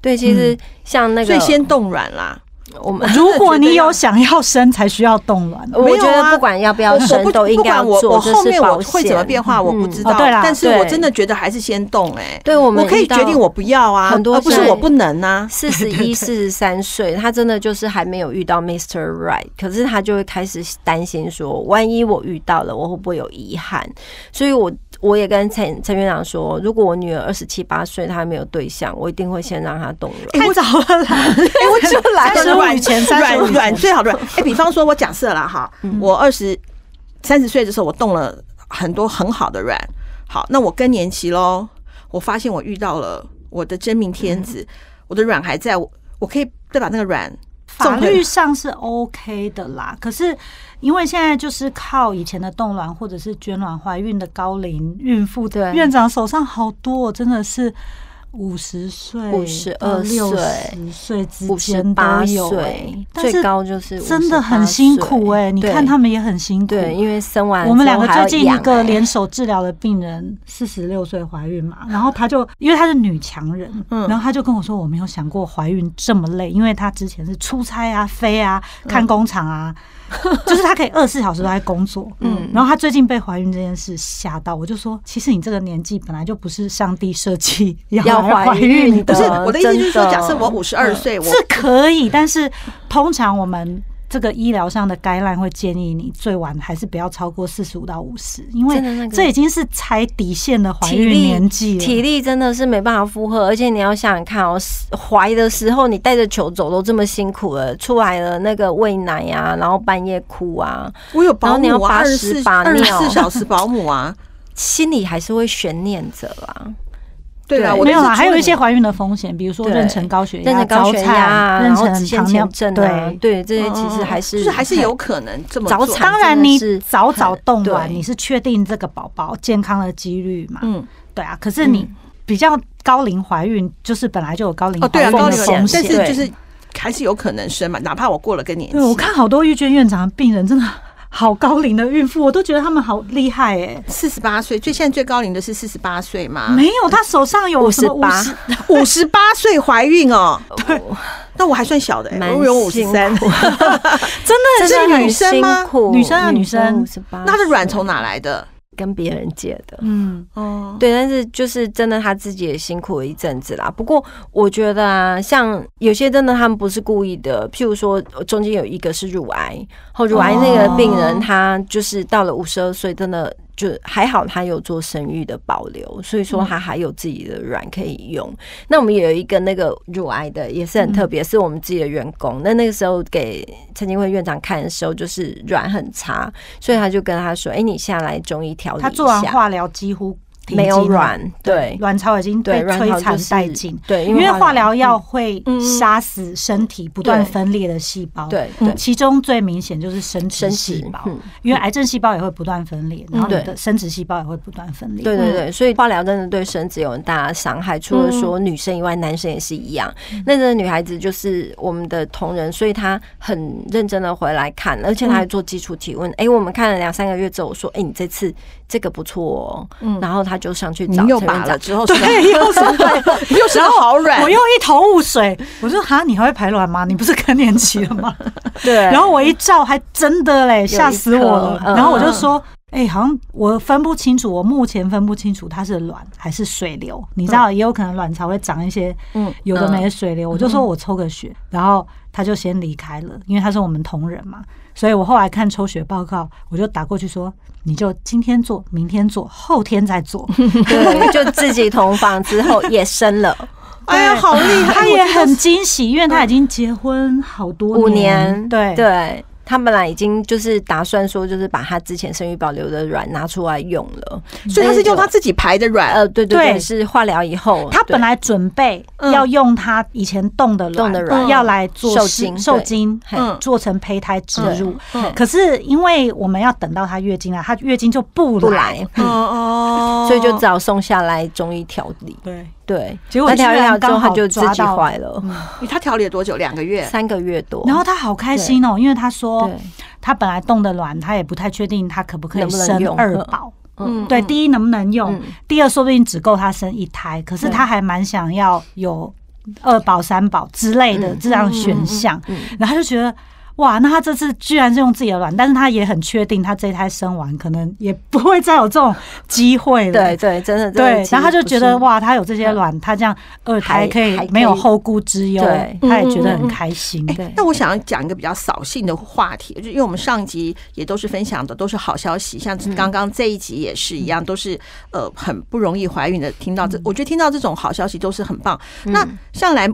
S3: 对，其
S2: 嗯
S3: 实像那个，
S1: 最先冻卵啦。
S3: 我们
S2: 如果你有想要生，才需要冻卵。
S1: 没
S3: 我
S1: 有
S3: 觉得
S1: 啊
S3: 不管要不
S1: 我
S3: 要生，
S1: 我
S3: 都
S1: 不
S3: 应
S1: 不
S3: 该要
S1: 管我
S3: 做，
S1: 我
S3: 这
S1: 后
S3: 是
S1: 面
S3: 保
S1: 我
S3: 险。嗯
S1: 会怎么变化我不知道，
S2: 哦对啦
S1: 但是我
S3: 对
S1: 真的觉得还是先动哎、
S3: 对我们
S1: 我可以
S3: 遇到
S1: 决定我不要啊，
S3: 很多
S1: 而不是
S3: 现在
S1: 我不能 啊。
S3: 四十 一、四十三岁，他真的就是还没有遇到 Mr. Right，可是他就会开始担心说，万一我遇到了，我会不会有遗憾？所以我我也跟陈陈院长说，如果我女儿二十七八岁，她还没有对象，我一定会先让她动
S1: 哎
S3: 了。
S1: 我
S2: 太早了啦，
S1: 哎、我 就来
S2: 三十
S1: 了
S2: 五
S1: 软
S2: 以前三
S1: 软
S2: 十五以前
S1: 软最好的软。哎、比方说，我假设啦 哈，
S3: 嗯
S1: 我二十三十岁的时候，我动了很多很好的软。好，那我更年期喽，我发现我遇到了我的真命天
S3: 嗯
S1: 子，我的软还在，我我可以再把那个软
S2: 法律上是 OK 的啦。可是因为现在就是靠以前的冻卵或者是捐卵，怀孕的高龄孕妇
S3: 对
S2: 院长手上好多、哦，真的是五十岁、
S3: 52
S2: 六
S3: 岁
S2: 十岁之
S3: 五十
S2: 间都
S3: 八
S2: 有、哎欸
S3: 岁，
S2: 但
S3: 最
S2: 是
S3: 高就是
S2: 真的很辛苦哎、你看他
S3: 们
S2: 们也很辛苦。
S3: 对，因为生完
S2: 我们两
S3: 之
S2: 个
S3: 后还
S2: 最近
S3: 要
S2: 一个
S3: 养哎
S2: 联手治疗的病人，四十六岁怀孕嘛，然后她就因为她是女强人，
S1: 嗯
S2: 然后她就跟我说，我没有想过怀孕这么累，因为她之前是出差啊、飞啊、看工厂啊，就是她可以二十四小时都在工作。
S3: 嗯
S2: 然后她最近被怀孕这件事吓到，我就说，其实你这个年纪本来就不是上帝设计要
S3: 要
S2: 来
S3: 怀
S2: 怀孕
S3: 孕
S2: 的
S3: 的
S1: 不是我的意思就是说，
S3: 呃真的嗯
S1: 假设我五十二岁，我
S2: 是可以，但是通常我们这个医疗上的 guideline 会建议你最晚还是不要超过四十五到五十，因
S3: 真的那
S2: 为
S3: 个
S2: 这已经是踩底线的怀
S3: 体
S2: 孕
S3: 力
S2: 年纪了。
S3: 体力真的是没办法负荷，而且你要想想看哦，怀的时候你带着球走都这么辛苦了，出来了那个喂奶啊，然后半夜哭啊，
S1: 我有保
S3: 然后你要
S1: 姆啊，
S3: 把
S1: 二十
S3: 屎
S1: 四
S3: 把
S1: 二十
S3: 尿
S1: 四小时保姆 啊，
S3: 心里还是会悬念着啦。
S1: 对啊，
S3: 对
S1: 我
S2: 没有
S1: 啊，
S2: 啦，还有一些怀孕的风险，比如说
S3: 对
S2: 妊娠高血
S3: 妊
S2: 压、
S3: 娠高
S2: 早
S3: 血压啊，
S2: 产、妊
S3: 然后
S2: 娠
S3: 先
S2: 糖尿
S3: 前症啊
S2: 对，。
S3: 对这些其实还
S1: 哦嗯就是是还是有可能这么
S3: 早
S1: 做
S3: 产
S2: 当然，你
S3: 真的是
S2: 早早冻卵，
S3: 对
S2: 你是确定这个宝宝健康的几率嘛？
S1: 嗯
S2: 对啊，可是你
S3: 嗯
S2: 比较高龄怀孕，就是本来就有高龄
S1: 哦对
S2: 怀
S1: 啊，
S2: 孕
S1: 高
S2: 的
S1: 龄
S3: 有
S2: 风
S1: 但
S2: 险，
S1: 是就是还是有可能生嘛，哪怕我过了更年期
S2: 对，，我看好多玉娟院长的病人真的好高龄的孕妇，我都觉得他们好厉害哎、
S1: 四十八岁，最现在最高龄的是四十八岁
S3: 啊
S1: 嘛，
S2: 没有，他手上有什么五
S3: 58
S2: 十？
S1: 五十八岁怀孕哦，对，那我还算小的、
S3: 蛮
S1: 欸，我有五十三
S3: 辛，
S2: 真的
S1: 是
S3: 真的很
S1: 女生吗
S3: 辛苦
S2: 女生啊女生
S3: 五十八，
S1: 那她的卵从哪来的？
S3: 跟别人借的？
S2: 嗯，
S1: 哦，
S3: 对，但是就是真的他自己也辛苦了一阵子啦。不过我觉得啊，像有些真的他们不是故意的，譬如说呃中间有一个是乳癌，后乳癌那个病人
S2: 哦
S3: 他就是到了五十二岁，真的就还好他有做生育的保留，所以
S2: 嗯
S3: 说他还有自己的卵可以用。那我们也有一个那个乳癌的，也是
S2: 嗯
S3: 很特别，是我们自己的员工。那那个时候给陈金惠院长看的时候，就是卵很差，所以他就跟他说：“哎、你下来中医调理一下。”
S2: 他做完化疗几乎停
S3: 没有
S2: 经了
S3: 卵，对
S2: 卵巢已经
S3: 对，
S2: 被
S3: 卵
S2: 摧
S3: 巢
S2: 残
S3: 就是
S2: 殆尽。
S3: 对，
S2: 因为化疗药会
S1: 嗯嗯
S2: 杀死身体不断
S3: 对
S2: 分裂的细胞，
S3: 对
S2: 嗯
S3: 对
S2: 其中最明显就是生殖
S3: 生殖
S2: 细胞，
S3: 嗯
S2: 因为癌症细胞也会不断分裂，然后你
S3: 对
S2: 的生殖细胞也会不断分裂，
S3: 对对对，所以化疗真的对生殖有很大的伤害，除了说
S2: 嗯
S3: 女生以外，男生也是一样。那个女孩子就是我们的同仁，所以她很认真的回来看，而且她
S2: 嗯
S3: 还做基础体温。哎、我们看了两三个月之后，我说：“哎、你这次这个不错哦。”
S2: 嗯
S3: 然后她就上去
S1: 你
S3: 找
S1: 又
S3: 陈院
S1: 拔了
S3: 长，
S1: 之后，
S2: 对，又生对。
S1: 你又生好软
S2: 我，又一头雾水，我说哈，你还会排卵吗？你不是更年期了吗？
S3: 对，
S2: 然后我一照，还真的嘞，吓死我
S3: 有一
S2: 了。
S3: 颗嗯
S2: 然后我就说，哎、好像我分不清楚，我目前分不清楚它是卵还是水
S3: 嗯
S2: 流。你知道，也有可能卵巢会长一些
S1: 嗯
S2: 有的没的水流。我就说我抽个血，然后他就先离开了，因为他是我们同仁嘛。所以我后来看抽血报告，我就打过去说，你就今天做，明天做，后天 再做。
S3: 对，就自己同房之后也生了
S1: 哎呀， 好厉害！
S2: 他
S1: 我
S2: 也
S1: 觉得
S2: 很惊喜，因为他已经结婚好多
S3: 五年，
S2: 对
S3: 对。他本来已经就是打算说，就是把她之前生育保留的卵拿出来用了，
S2: 嗯
S1: 所以她是用她自己排的卵，
S3: 呃，对对对，
S2: 对
S3: 是化疗以后，
S2: 他
S3: 对
S2: 本来准备要用他以前冻的
S3: 冻
S2: 卵，
S3: 的卵
S2: 要来做
S3: 受
S2: 试
S3: 精
S2: 受
S3: 对
S2: 精
S3: 嘿
S1: 嗯
S2: 做成胚胎植入。
S1: 嗯
S2: 可是因为我们要等到她月经来，她月经就不
S3: 不
S2: 来，
S3: 来，
S1: 哦 哦
S3: 所以就只好送下来中医调理。
S2: 对，
S3: 对，
S2: 结果
S3: 那调一
S2: 居然
S3: 调之后，
S2: 刚
S3: 他
S2: 好
S3: 就自
S2: 抓
S3: 己
S2: 到
S3: 怀了
S1: 你她调理了多久？两个月。
S3: 三个月多，
S2: 然后她好开心哦，因为她说
S3: 对
S2: 她本来冻的卵，她也不太确定她可不可以
S3: 能不能
S2: 生
S3: 用
S2: 二宝，嗯，对，第一能不能
S3: 嗯
S2: 用，第二说不定只够他生一胎，可是他还蛮想要有二宝、三宝之类
S3: 嗯
S2: 的这样选项，然后他就觉得。哇，那他这次居然是用自己的卵，但是他也很确定，他这一胎生完可能也不会再有这种机会了。
S3: 对对，真的
S2: 对，然后他就觉
S3: 真的其实
S2: 得，
S3: 不是
S2: 哇，他有这些卵，他这样二胎
S3: 还
S2: 可以
S3: 还可以
S2: 没有后顾之忧
S3: 对，嗯
S2: 他也觉得很开心。
S3: 对
S1: 那我想要讲一个比较扫兴的话题，就因为我们上一集也都是分享的都是好消息，像刚刚这一集也是一样，都是呃很不容易怀孕的。听到这，我觉得听到这种好消息都是很棒。那上来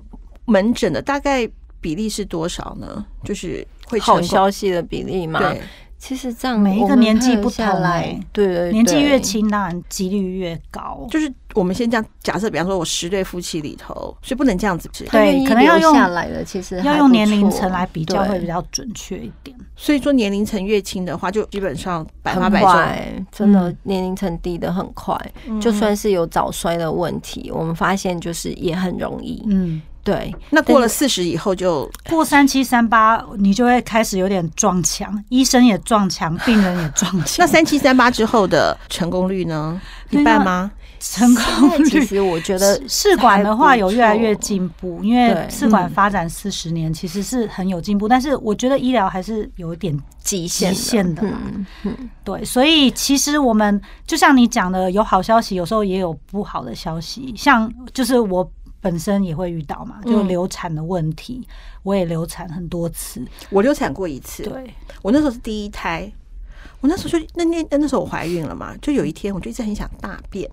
S1: 门诊的大概比例是多少呢？就是会成
S3: 好
S1: 功
S3: 消息的比例嘛。
S1: 对，
S3: 其实这样
S2: 每一个
S3: 我们
S2: 年纪
S3: 看
S2: 不
S3: 下
S2: 同
S3: 来
S2: 欸
S3: 对对对，
S2: 年纪越轻，当然几率越高。
S1: 就是我们先这样假设，比方说我十对夫妻里头，所以不能这样子是。
S3: 他
S2: 对
S3: 愿意
S2: 可能要
S3: 留
S2: 用
S3: 下来的，其实
S2: 要
S3: 还
S2: 用
S3: 不
S2: 年龄
S3: 错
S2: 层来比较
S3: 对
S2: 会比较准确一点。
S1: 所以说年龄层越轻的话，就基本上百发
S3: 很
S1: 百中。
S3: 快，真的
S2: 嗯
S3: 年龄层低的很快，就算是有早衰的问题，我们发现就是也很容易。
S2: 嗯，
S3: 对，
S1: 那过了四十以后就
S2: 过三七三八，你就会开始有点撞墙，医生也 撞墙，病人也撞墙。
S1: 那三七三八之后的成功率呢？一半吗？
S2: 成功
S3: 现在其
S2: 率
S3: 实我觉得
S2: 试试管的话
S3: 还不
S2: 有越来越进步，因为
S3: 对
S2: 试管发展四十年其实是很有进步，但是我觉得医疗还是有一点
S3: 极
S2: 极
S3: 限
S2: 限的啦。
S3: 嗯，
S2: 对，所以其实我们就像你讲的，有好消息，有时候也有不好的消息。像就是我本身也会遇到嘛，就
S1: 嗯
S2: 流产的问题，我也流产很多次。
S1: 我流产过一次，
S2: 对，
S1: 我那时候是第一胎，我那时候就那那那时候我怀孕了嘛，就有一天我就一直很想大便，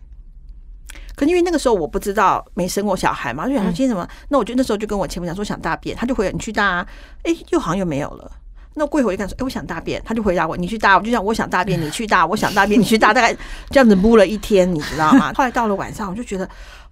S1: 可因为那个时候我不知道没生过小孩嘛，就想说今天怎么，那我就那时候就跟我前夫讲说想大便，他就回你去大、啊，哎、又好像又没有了。那过一会儿就跟他说：“哎、我想大便。”他就回答我：“你去大。”我就想：“我想大便，你去大。我想大便，你去大。”大概这样子撸了一天，你知道吗？后来到了晚上，我就觉得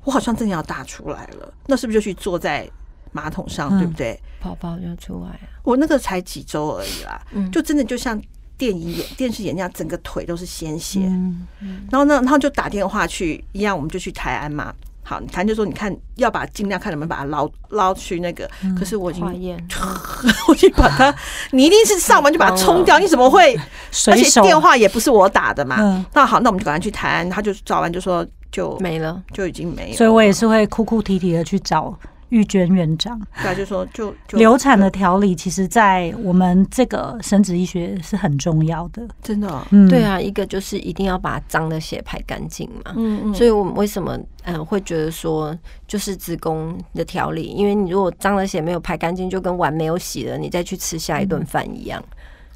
S1: 我好像真的要大出来了，那是不是就去坐在马桶上，
S2: 嗯
S1: 对不对？
S3: 宝宝就出来了。
S1: 我那个才几周而已啦，
S3: 嗯
S1: 就真的就像电影演、电视演那样，整个腿都是鲜血。
S2: 嗯，
S1: 然后呢，然后就打电话去一样，我们就去台安嘛。好，台安就说你看要把尽量看能不能把它捞捞去那个，
S2: 嗯
S1: 可是我已经
S3: 化验，
S1: 我已经把它，你一定是上完就把它冲掉，你怎么会？而
S2: 水
S1: 且
S2: 哦嗯手
S1: 电话也不是我打的嘛。
S2: 嗯
S1: 那好，那我们就赶快去台安，他就找完就说就
S3: 没了，
S1: 就已经没有，
S2: 所以我也是会哭哭啼啼的去找玉娟院长。
S1: 他啊就说就就
S2: 流产的调理，其实在我们这个生殖医学是很重要的。
S1: 真的哦，
S2: 嗯，
S3: 对，啊，一个就是一定要把脏的血排干净嘛。
S1: 嗯嗯，
S3: 所以我们为什么嗯、呃会觉得说就是子宫的调理，因为你如果脏的血没有排干净，就跟碗没有洗了，你再去吃下一顿饭一样。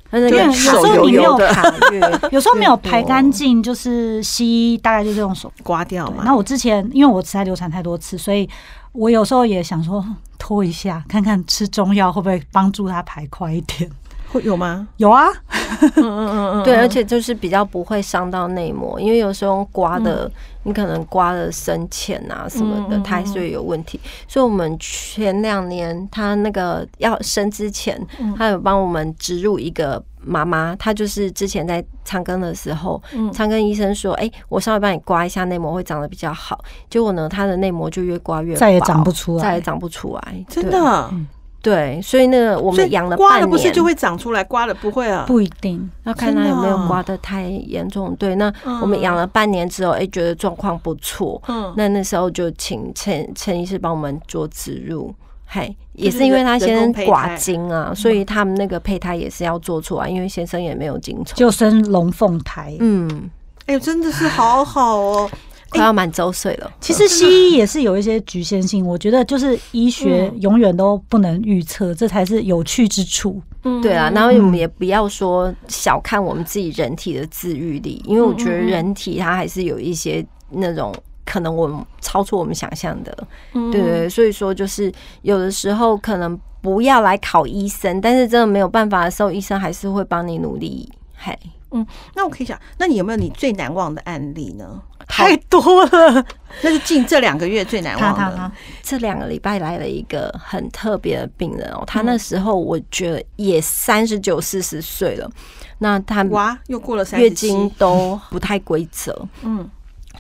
S3: 那那
S1: 对
S3: 个
S1: 有时候你没有
S3: 卡越
S2: 有时候没有排干
S3: 净。
S2: 净，就是西医大概就这种手
S1: 刮掉
S2: 对
S1: 嘛。
S2: 那我之前因为我实在流产太多次，所以我有时候也想说嗯拖一下，看看吃中药会不会帮助它排快一点。
S1: 会有吗？
S2: 有啊，
S1: 嗯嗯嗯嗯，
S3: 对，而且就是比较不会伤到内膜，因为有时候刮
S1: 嗯
S3: 的，你可能刮的深浅啊什么的，它还是会有问题。所以我们前两年他那个要生之前，
S1: 嗯
S3: 他有帮我们植入一个。妈妈，她就是之前在长庚的时候，
S1: 嗯
S3: 长庚医生说：“哎、我稍微帮你刮一下内膜，会长得比较好。”结果呢，她的内膜就越刮越
S2: 再也
S3: 薄
S2: 长不出来
S3: 再也长不出来，
S1: 真的哦。
S3: 对。对所以那个我
S1: 所以
S3: 们养了
S1: 刮
S3: 半
S1: 了
S3: 年，
S1: 不是就会长出来，刮了不会啊？
S2: 不一定。
S3: 要
S1: 真
S3: 看他
S1: 的
S3: 有没有
S1: 啊
S3: 刮得太严重。对，那我们养了半年之后，哎、觉得状况不错，
S1: 嗯，
S3: 那那时候就请陈陈医师帮我们做植入。嘿，也
S1: 就是
S3: 因为他
S1: 人
S3: 先
S1: 工
S3: 生
S1: 胚
S3: 寡
S1: 胎
S3: 精啊，所以他们那个胚胎也是要做出来，因为先生也没有精虫。
S2: 就生龙凤胎，
S3: 嗯，
S1: 哎呦，真的是好好哦。
S3: 快要满周岁了。
S2: 其实西医也是有一些局限性。我觉得就是医学永远都不能预测，这才是有趣之处。
S1: 嗯，
S3: 对啊，然后我们也不要说小看我们自己人体的自愈力，因为我
S1: 嗯
S3: 觉得人体它还是有一些那种可能我们超出我们想象的，
S1: 嗯
S3: 对对对，所以说就是有的时候可能不要来考医生，但是真的没有办法的时候，医生还是会帮你努力。嘿，
S1: 那我可以想，那你有没有你最难忘的案例呢？
S2: 太多了，
S1: 那是近这两个月最难
S2: 他
S1: 忘
S2: 他
S1: 的
S2: 他。，
S3: 这两个礼拜来了一个很特别的病人哦，
S1: 嗯
S3: 他那时候我觉得也三十九、四十岁了，那他
S1: 哇，又过了三
S3: 月
S1: 十
S3: 经
S1: 七，
S3: 都不太规则，
S1: 嗯，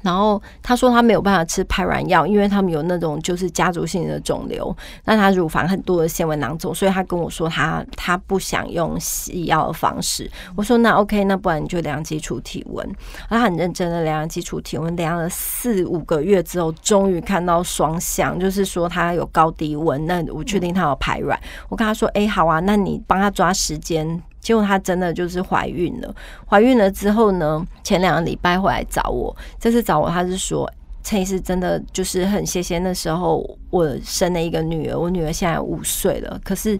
S3: 然后他说他没有办法吃排卵药，因为他们有那种就是家族性的肿瘤，那他乳房很多的纤维囊肿，所以他跟我说他他不想用西药的方式。我说那 OK，那不然你就量基础体温。他很认真的量基础体温，量了四五个月之后，终于看到双向，就是说他有高低温。那我确定他有排卵，我跟他说，哎、好啊，那你帮他抓时间。结果她真的就是怀孕了，怀孕了之后呢，前两个礼拜回来找我，这次找我，她是说陈医师真的就是很谢谢那时候我生了一个女儿，我女儿现在五岁了，可是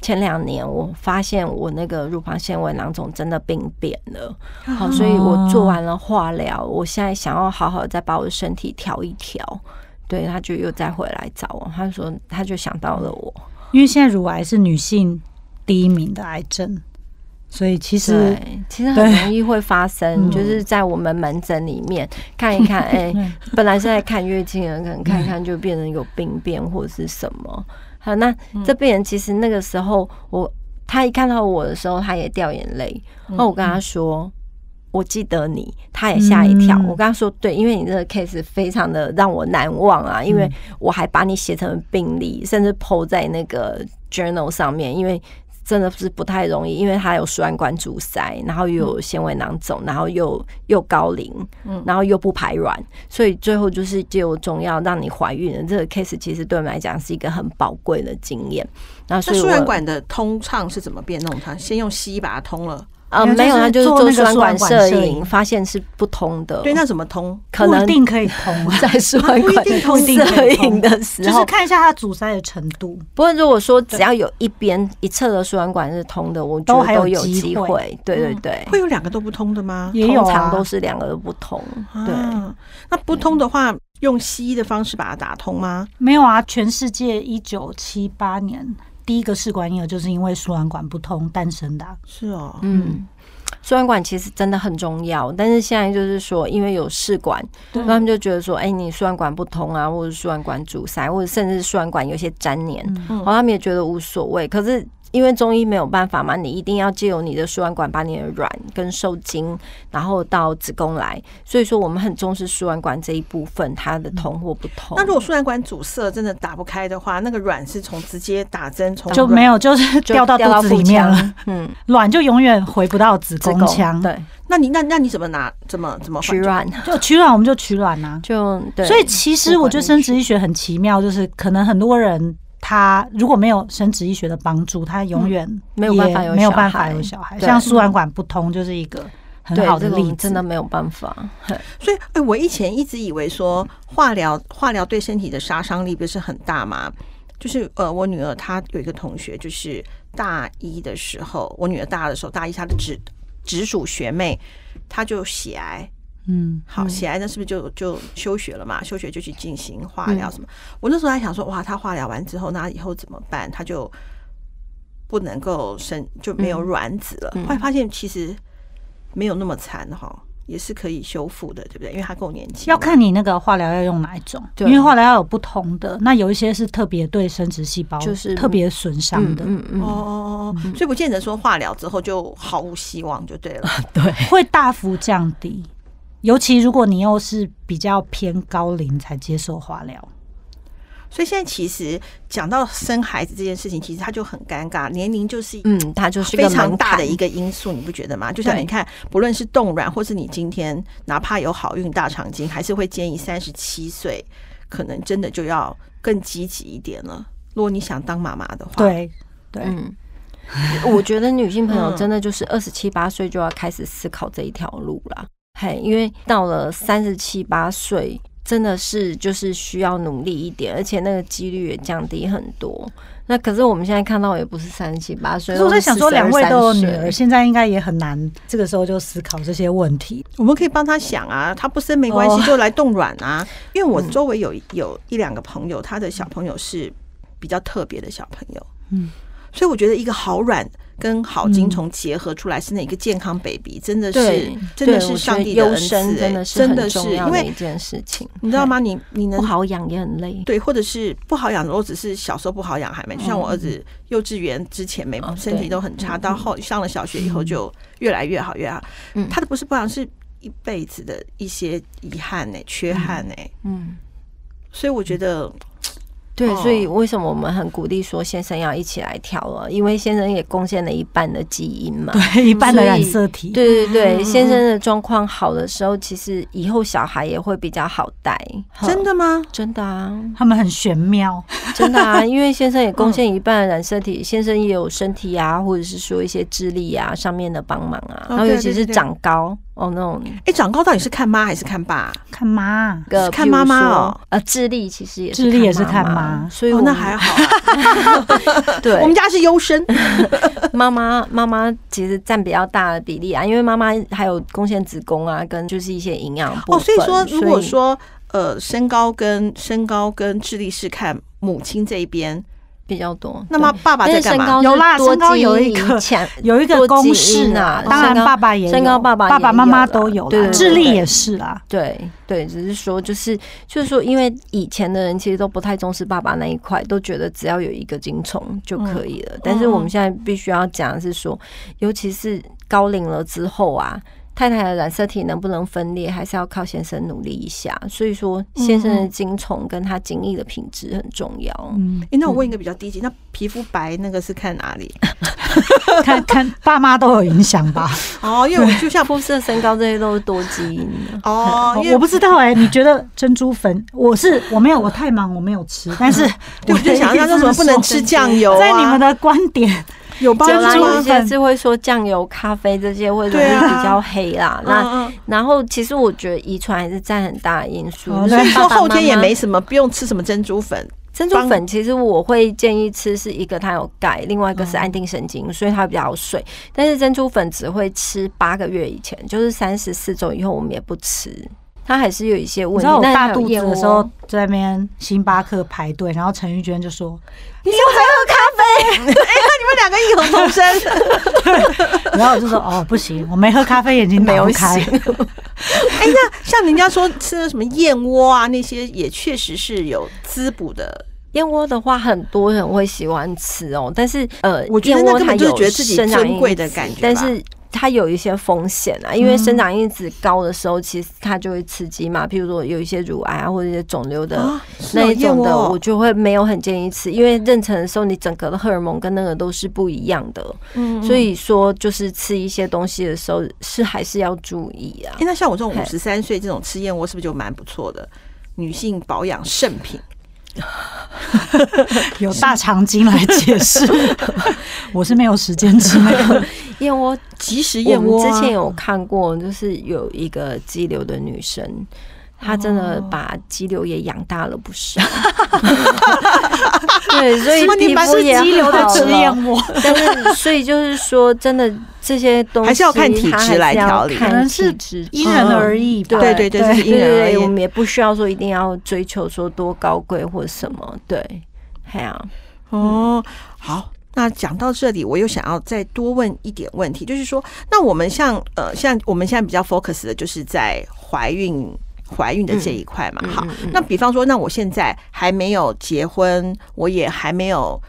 S3: 前两年我发现我那个乳房纤维囊肿真的病变了，好，所以我做完了化疗，我现在想要好好再把我的身体调一调。对，她就又再回来找我，她说她就想到了我，
S2: 因为现在乳癌是女性第一名的癌症，所以其实嗯
S3: 对，其实很容易会发生，就是在我们门诊里 面看一看，哎、本来是在看月经的，可能看一
S2: 嗯
S3: 看就变成有病变或者是什么。好，那
S2: 嗯
S3: 这病人其实那个时候我他一看到我的时候，他也掉眼泪。
S2: 嗯
S3: 那我跟他说。我记得你，他也吓一跳。
S2: 嗯
S3: 我跟他说，对，因为你这个 case 非常的让我难忘
S2: 嗯
S3: 啊，因为我还把你写成病例，甚至 PO 在那个 journal 上面，因为真的是不太容易，因为他有输卵管阻塞，然后又
S2: 嗯
S3: 有纤维囊肿，然后又又高龄，然后又不排卵，所以最后就是借由中药让你怀孕的这个 case，其实对我们来讲是一个很宝贵的经验。那所
S1: 啊那
S3: 以
S1: 输
S3: 我
S1: 卵管的通畅是怎么变弄它？先用吸把它通了，
S3: 呃
S2: 没有
S3: 没有，
S2: 就是
S3: 他就是做
S2: 做那个
S3: 输卵
S2: 输
S3: 管
S2: 卵管
S3: 摄
S2: 摄
S3: 影，
S2: 影
S3: 发现是不通的。
S1: 对，那怎么通？
S3: 可
S2: 不
S3: 能
S2: 一定可以通啊，
S3: 在输卵管
S2: 不一定
S3: 摄影的时
S2: 就
S3: 候
S2: 是。看一下它阻塞的程度。
S3: 不过如果说只要有一边一侧的输卵管是通的，我觉
S2: 都
S3: 得
S2: 还有
S3: 都有
S2: 机
S3: 机
S2: 会嗯
S3: 会。对对对，
S1: 会有两个都不通的吗？
S2: 也有
S3: 通
S2: 啊
S3: 常都是两个都不通。对，
S1: 啊，那不通的话，用西医的方式把它打通吗？
S2: 没有啊，全世界一九七八年第一个试管婴儿就是因为输卵管不通诞生的啊、
S1: 是哦，
S3: 嗯。输卵管其实真的很重要，但是现在就是说，因为有试管，
S2: 对
S3: 他们就觉得说，哎、你输卵管不通啊，或者输卵管阻塞，或者甚至输卵管有些粘连，
S1: 嗯
S3: 然后他们也觉得无所谓。可是因为中医没有办法嘛，你一定要借由你的输卵管把你的卵跟受精，然后到子宫来，所以说我们很重视输卵管这一部分，它的通或不通。
S1: 那如果输卵管阻塞真的打不开的话，那个卵是从直接打针从
S2: 就
S1: 卵
S2: 没有，就是
S3: 就
S2: 掉到肚子里面
S3: 掉到
S2: 了
S3: 腹，腔，嗯，
S2: 卵就永远回不到子
S3: 子
S2: 宫
S3: 宫
S2: 腔。
S3: 对，
S1: 那你那那你怎么拿？怎么怎么
S3: 取
S1: 缓解？
S3: 卵
S2: 就取卵我们就取卵啊。
S3: 就对，
S2: 所以其实我觉得生殖医学很奇妙，就是可能很多人他如果没有生殖医学的帮助，他永远
S3: 嗯没有办法有
S2: 也没有
S3: 小
S2: 办法
S3: 孩
S2: 有小孩。
S3: 对嗯
S2: 像输卵管不通就是一个很
S3: 对
S2: 好的
S3: 这
S2: 例
S3: 种
S2: 子，嗯
S3: 真的没有办法。
S1: 所以，哎、我以前一直以为说化疗化疗对身体的杀伤力不是很大吗？就是呃，我女儿她有一个同学，就是大一的时候，我女儿大二的时候，大一她的直直属学妹，她就血癌，
S2: 嗯，
S1: 好，血癌那是不是就就休学了嘛？休学就去进行化疗什么？我那时候还想说，哇，她化疗完之后，那以后怎么办？她就不能够生，就没有卵子了。后来发现其实没有那么惨哈，也是可以修复的，对不对？因为她够年轻嘛，
S2: 要看你那个化疗要用哪一种，因
S3: 对
S2: 为化疗药有不同的，那有一些是特别对生殖细胞
S3: 就是
S2: 特别损伤
S3: 嗯
S2: 的，
S3: 嗯嗯，
S1: 哦哦哦，哦，所以不见得说化疗之后就毫无希望就对了。
S3: 对，
S2: 会大幅降低。尤其如果你又是比较偏高龄才接受化疗，
S1: 所以现在其实讲到生孩子这件事情，其实它就很尴尬，年龄就是
S3: 嗯，它就是
S1: 非常大的
S3: 一个门槛
S1: 一个因素，你不觉得吗？就像
S3: 对
S1: 你看，不论是冻卵，或是你今天哪怕有好运大肠经，还是会建议三十七岁，可能真的就要更积极一点了。如果你想当妈妈的话，，
S2: 对对，
S3: 嗯，我觉得女性朋友
S1: 嗯
S3: 真的就是二十七八岁就要开始思考这一条路啦。嘿，因为到了三十七八岁，真的是就是需要努力一点，而且那个几率也降低很多。那可是我们现在看到也不是三十七八岁，
S2: 可是我在想说，两位都有女
S3: 都
S2: 儿，
S3: 是
S2: 现在应该也很难这个时候就思考这些问题。
S1: 我们可以帮他想啊，他不生没关系，
S2: 哦
S1: 就来冻卵啊。因为我
S3: 嗯
S1: 周围有有一两个朋友，他的小朋友是比较特别的小朋友，
S2: 嗯，
S1: 所以我觉得一个好卵跟好精虫结合出来是那一个健康 baby，真的是
S3: 对
S1: 真的
S3: 对
S1: 是
S3: 我觉
S1: 上
S3: 得
S1: 帝的
S3: 优
S1: 恩赐、
S3: 生
S1: 欸，
S3: 真的是
S1: 真的
S3: 很
S1: 是
S3: 重要
S1: 因
S3: 的
S1: 为
S3: 一件事情。
S1: 你知道吗？你你能
S3: 不好养也很累，
S1: 对，或者是不好养的，我只是小时候不好养，还没就像我儿子幼稚园之前没
S3: 嗯哦
S1: 身体
S3: 对
S1: 都很差，到后上了小学以后就越来越好越好
S3: 嗯。
S1: 他的不是不好养，是一辈子的一些遗憾呢、缺憾呢、
S3: 嗯，
S1: 所以我觉得
S3: 对
S1: 哦，
S3: 所以为什么我们很鼓励说先生要一起来调了？因为先生也贡献了一半的基因嘛。
S2: 对一般的染色体，
S3: 对对
S1: 嗯
S3: 对，先生的状况好的时候，其实以后小孩也会比较好带。
S1: 真
S3: 的
S1: 的吗？
S3: 真的啊，
S2: 他们很玄妙，
S3: 真的 啊，因为先生也贡献一半的染色体，先生也有身体啊，或者是说一些智力啊上面的帮忙啊，
S1: 哦
S3: 然后
S1: 对
S3: 尤其
S1: 对
S3: 是
S1: 对
S3: 长高哦那种。
S1: 哎、长高到底是看妈还是看爸？啊
S2: 看妈。
S3: 个
S1: 是看妈妈哦，
S3: 譬如说呃，智力其实也是
S2: 智力也是看
S3: 妈
S2: 妈
S3: 所以
S1: 哦
S3: 我，
S1: 那
S3: 们
S1: 还 好、啊，
S3: 对
S1: 我们家是优 生。
S3: 妈妈妈妈其实占比较大的比例啊，因为妈妈还有贡献子宫啊，跟就是一些营养部
S1: 哦，所
S3: 分。
S1: 以说，如果
S3: 所以
S1: 说呃，身高跟身高跟智力是看母亲这一边，
S3: 比较多，
S1: 那么
S3: 对
S1: 爸爸在
S3: 但是
S1: 干
S3: 身
S1: 嘛
S3: 高？
S2: 有啦
S3: 是多
S2: 身高有
S3: 基因
S2: 一个
S3: 前
S2: 有一个
S3: 多基
S2: 公式
S3: 因啊
S2: 当然
S3: 身高
S2: 爸爸也有
S3: 身高爸爸也
S2: 爸爸妈妈
S3: 有啦
S2: 都有
S3: 对对
S2: 啦，
S3: 对
S2: 智
S3: 对
S2: 力也是啦。
S3: 对对，只是说就是就是说，因为以前的人其实都不太重视爸爸那一块，都觉得只要有一个精虫就可以
S1: 嗯
S3: 了。但是我们现在必须要讲的是说，尤其是高龄了之后啊。太太的染色体能不能分裂，还是要靠先生努力一下。所以说，先生的精虫跟他精液的品质很重要。
S2: 嗯，
S1: 诶那我问一个比较低级，那皮肤白那个是看哪里？
S2: 看 看爸妈都有影响吧？
S1: 哦，因为我就 像
S3: 肤色、身高这些都是多基因的。
S1: 哦，因为
S2: 我不知道哎、你觉得珍珠粉？我是我没有，我太忙，我没有吃。但是
S1: 对，我就想要
S2: 要
S1: 说什么不能吃酱油、啊，
S2: 在你们的观点，
S1: 有 帮
S3: 有
S2: 珍
S3: 啦，
S2: 珠
S3: 有
S1: 助
S2: 粉
S1: 吗？
S3: 些是会说酱油、咖啡这些，或者
S1: 对
S3: 是
S1: 啊
S3: 比较黑啦。那
S1: 嗯嗯
S3: 然后，其实我觉得遗传还是占很大的因素。
S2: 哦
S3: 就是
S1: 所以
S3: 爸
S1: 说
S3: 爸
S1: 后天也
S3: 妈妈
S1: 没什么，不用吃什么珍珠粉。
S3: 珍珠粉，其实我会建议吃是一个它有钙，另外一个
S2: 嗯
S3: 是安定神经，所以它比较好睡。但是珍珠粉只会吃八个月以前，就是三十四周以后我们也不吃，它还是有一些
S2: 你
S3: 问
S2: 知
S3: 题。
S2: 道我
S3: 那
S2: 大
S3: 还有哦
S2: 肚子
S3: 燕
S2: 的
S3: 窝
S2: 时候，在那边星巴克排队，然后陈玉娟就说
S1: 你我还喝咖啡？哎、那你们两个异口同 声。：“
S2: 然后我就说哦，不行，我没喝咖啡，眼睛
S3: 没
S2: 打
S3: 有
S2: 不开。
S3: 醒
S1: 哎、那像人家说吃的什么燕窝啊，那些也确实是有滋补的。
S3: 燕窝的话，很多人会喜欢吃哦，但是呃，
S1: 我觉得
S3: 燕
S1: 那
S3: 窝
S1: 根
S3: 它
S1: 本就是
S3: 有
S1: 觉得自己
S3: 生长
S1: 尊贵
S3: 因
S1: 的
S3: 子
S1: 感觉
S3: 但
S1: 吧嗯
S3: 是。它有一些风险啊，因为生长因子高的时候，其实它就会刺激嘛，譬如说有一些乳癌啊，或者一些肿瘤的
S1: 啊是
S3: 那
S1: 哦
S3: 一种
S1: 燕
S3: 的，
S1: 窝
S3: 我就会没有很建议吃，因为妊娠的时候你整个的荷尔蒙跟那个都是不一样的，
S1: 嗯
S3: 所以说就是吃一些东西的时候是还是要注意啊
S1: 哎、。那像我这种
S3: 嘿
S1: 五十三岁这种吃燕窝，是不是就蛮不错的？女性保养圣品，
S2: 有大肠经来解 释，我是没有时间吃那个。
S3: 燕窝
S1: 即食
S3: 我
S1: 燕
S3: 们
S1: 窝、
S2: 啊
S3: 之前，有看过，就是有一个肌瘤的女生，她真
S2: 哦
S3: 的把肌瘤也养大了不 少。对，所以
S1: 什么你
S3: 皮
S1: 把
S3: 肤
S1: 是
S3: 也
S2: 肌瘤的啊
S3: 好
S2: 吃
S3: 了
S2: 燕窝，
S3: 但是所以就是说，真的这些东西
S1: 还是要看体
S3: 它还
S1: 质
S3: 是
S1: 来
S3: 要
S1: 调理
S3: 看
S2: 可能是
S3: 体质嗯
S2: 因人而异吧。
S1: 对对对，这是因
S3: 对
S1: 人而
S3: 对对，我
S1: 异。
S3: 们也不需要说一定要追求说多高贵或什么，对，哎呀、
S1: 哦，好。那讲到这里，我又想要再多问一点问题，就是说，那我们像呃，像我们现在比较 focus 的就是在怀孕怀孕的这一块嘛。好，那比方说，那我现在还没有结婚，我也还没有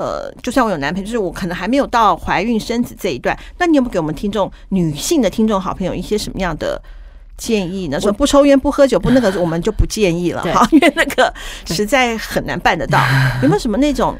S1: 呃，就算我有男朋友，就是我可能还没有到怀孕生子这一段，那你有没有给我们听众女性的听众好朋友一些什么样的？建议呢？说不抽烟、不喝酒、不那个，我们就不建议了
S3: 对
S1: 哈，因为那个实在很难办得到。有没有什么那种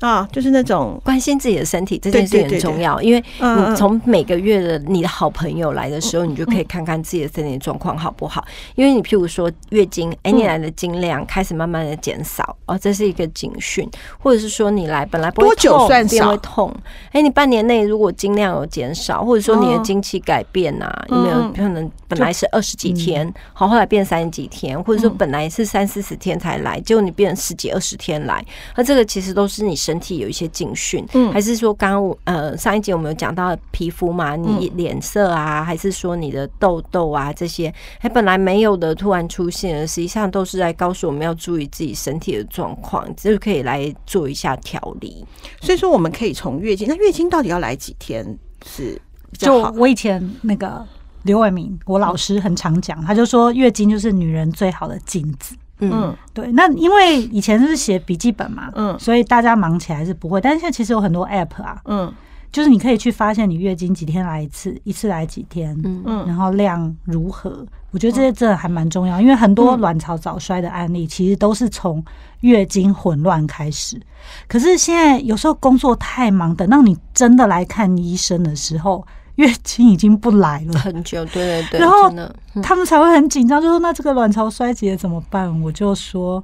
S1: 啊，就是那种
S3: 关心自己的身体这件事
S1: 对对
S3: 很
S1: 对对
S3: 重要，因为
S1: 嗯
S3: 你从每个月的你的好朋友来的时候，你就可以看看自己的身体状况好不好。因为你譬如说月
S1: 嗯
S3: 经，哎、你来的经量开始慢慢的减少，哦，这是一个警讯，或者是说你来本来不会
S1: 多久
S3: 痛
S1: 算
S3: 变
S1: 少
S3: 会痛，哎、你半年内如果经量有减少，或者说你的
S1: 哦
S3: 经期改变啊，有没
S1: 嗯
S3: 有可能本来是二十几天，好、后来变三十几天，或者说本来是三四十天才来，结果你变成十几二十天来，那这个其实都是你身体有一些警讯，
S1: 嗯
S3: 还是说刚刚我呃上一集我们有讲到皮肤嘛，你脸色啊，还是说你的痘痘啊这些，还本来没有的突然出现了，实际上都是在告诉我们要注意自己身体的状况，就可以来做一下调理。
S1: 所以说我们可以从月经，那月经到底要来几天是比较
S2: 就
S1: 好？
S2: 我以前那个刘伟明，我老师很常讲，他就说月经就是女人最好的镜子。
S3: 嗯，
S1: 嗯
S2: 对，那因为以前是写笔记本嘛，
S1: 嗯
S2: 所以大家忙起来是不会，但是现在其实有很多 app 啊，
S1: 嗯，
S2: 就是你可以去发现你月经几天来一次，一次来几天，
S3: 嗯
S1: 嗯
S2: 然后量如何。我觉得这些真的还蛮重要，因为很多卵巢早衰的案例其实都是从月经混乱开始。可是现在有时候工作太忙，等到你真的来看医生的时候，月经已经不来了。
S3: 很久，对对对，
S2: 然后
S3: 真的，嗯
S2: 他们才会很紧张，就说那这个卵巢衰竭怎么办？我就说，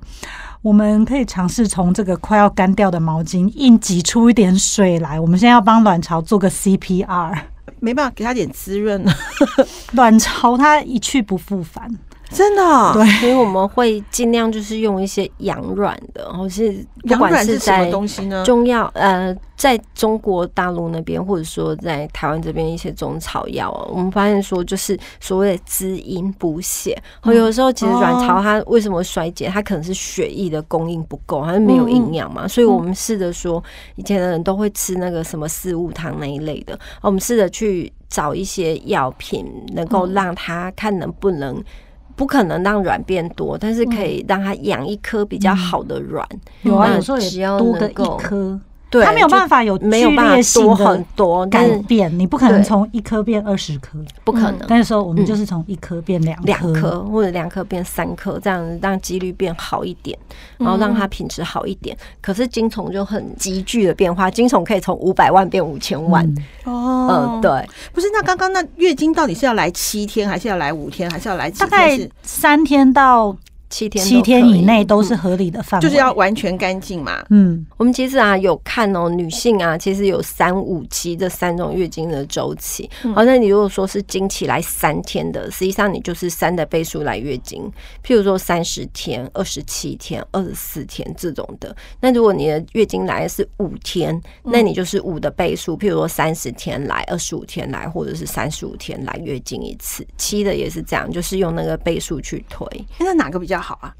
S2: 我们可以尝试从这个快要干掉的毛巾硬挤出一点水来。我们现在要帮卵巢做个 CPR，
S1: 没办法给他点滋润了，
S2: 卵巢它一去不复返。
S1: 真的哦、
S2: 对
S3: 所以我们会尽量就是用一些羊软的，然后是不
S1: 羊
S3: 管
S1: 软是什么
S3: 在
S1: 东西呢？
S3: 中药，呃，在中国大陆那边，或者说在台湾这边一些中草药啊，我们发现说就是所谓的滋阴补血。哦，有的时候其实卵巢它为什么衰竭，它可能是血液的供应不够，它是没有营养嘛。所以我们试着说，以前的人都会吃那个什么四物汤那一类的，我们试着去找一些药品，能够让它看能不能。不可能让卵变多，但是可以让它养一颗比较好的卵。
S2: 有啊，
S3: 嗯那
S2: 有时候
S3: 只要
S2: 也多个
S3: 能够
S2: 一颗，
S3: 对，
S2: 它没有
S3: 就
S2: 办法有
S3: 没有
S2: 剧烈
S3: 办法
S2: 性
S3: 多很
S2: 的
S3: 多，但
S2: 改
S3: 是
S2: 变，你不可能
S3: 对
S2: 从一颗变二十颗。
S3: 不可能。
S2: 但是说我们
S3: 嗯
S2: 就是从一颗变两
S3: 两
S2: 颗，
S3: 颗或者两颗变三颗，这样让几率变好一点，然后让它品质好一点。可是精虫就很急剧的变化，精虫可以从五百万变五千万。
S2: 嗯
S1: 哦
S3: 嗯，，对，
S1: 不是，那刚刚那月经到底是要来七天，还是要来五天，还是要来几
S2: 大
S1: 天？
S2: 概
S1: 是
S2: 三天到
S3: 七天
S2: 七
S3: 都
S2: 天
S3: 可
S2: 以内都
S3: 嗯
S2: 是合理的范围，
S1: 就是要完全干净嘛？
S2: 嗯
S3: 我们其实啊有看哦，女性啊其实有三五期这三种月经的周期。好、那你如果说是经期来三天的，实际上你就是三的倍数来月经。譬如说三十天、二十七天、二十四天这种的。那如果你的月经来的是五天，那你就是五的倍数。譬如说三十天来、二十五天来，或者是三十五天来月经一次。七的也是这样，就是用那个倍数去推。
S1: 诶那哪个比较好啊？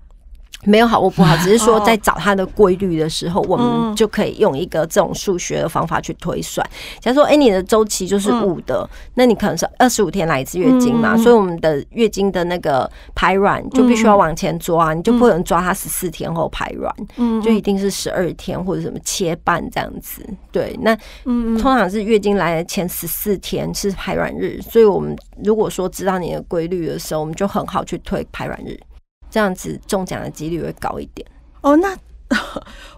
S3: 没有好 或不好，只是说
S1: 哦
S3: 在找它的规律的时候，我
S1: 嗯
S3: 们就可以用一个这种数学的方法去推算。假如说，哎、你的周期就是五的，那你可能是二十五天来一次月经嘛，
S1: 嗯嗯嗯
S3: 所以我们的月经的那个排卵就必须要往前抓，你就不能抓它十四天后排卵，
S1: 嗯
S3: 就一定是十二天或者什么切半这样子。对，那
S1: 嗯
S3: 通常是月经来的前十四天是排卵日，所以我们如果说知道你的规律的时候，我们就很好去推排卵日，这样子中奖的几率会高一点。
S1: 哦，
S2: 嗯
S1: 那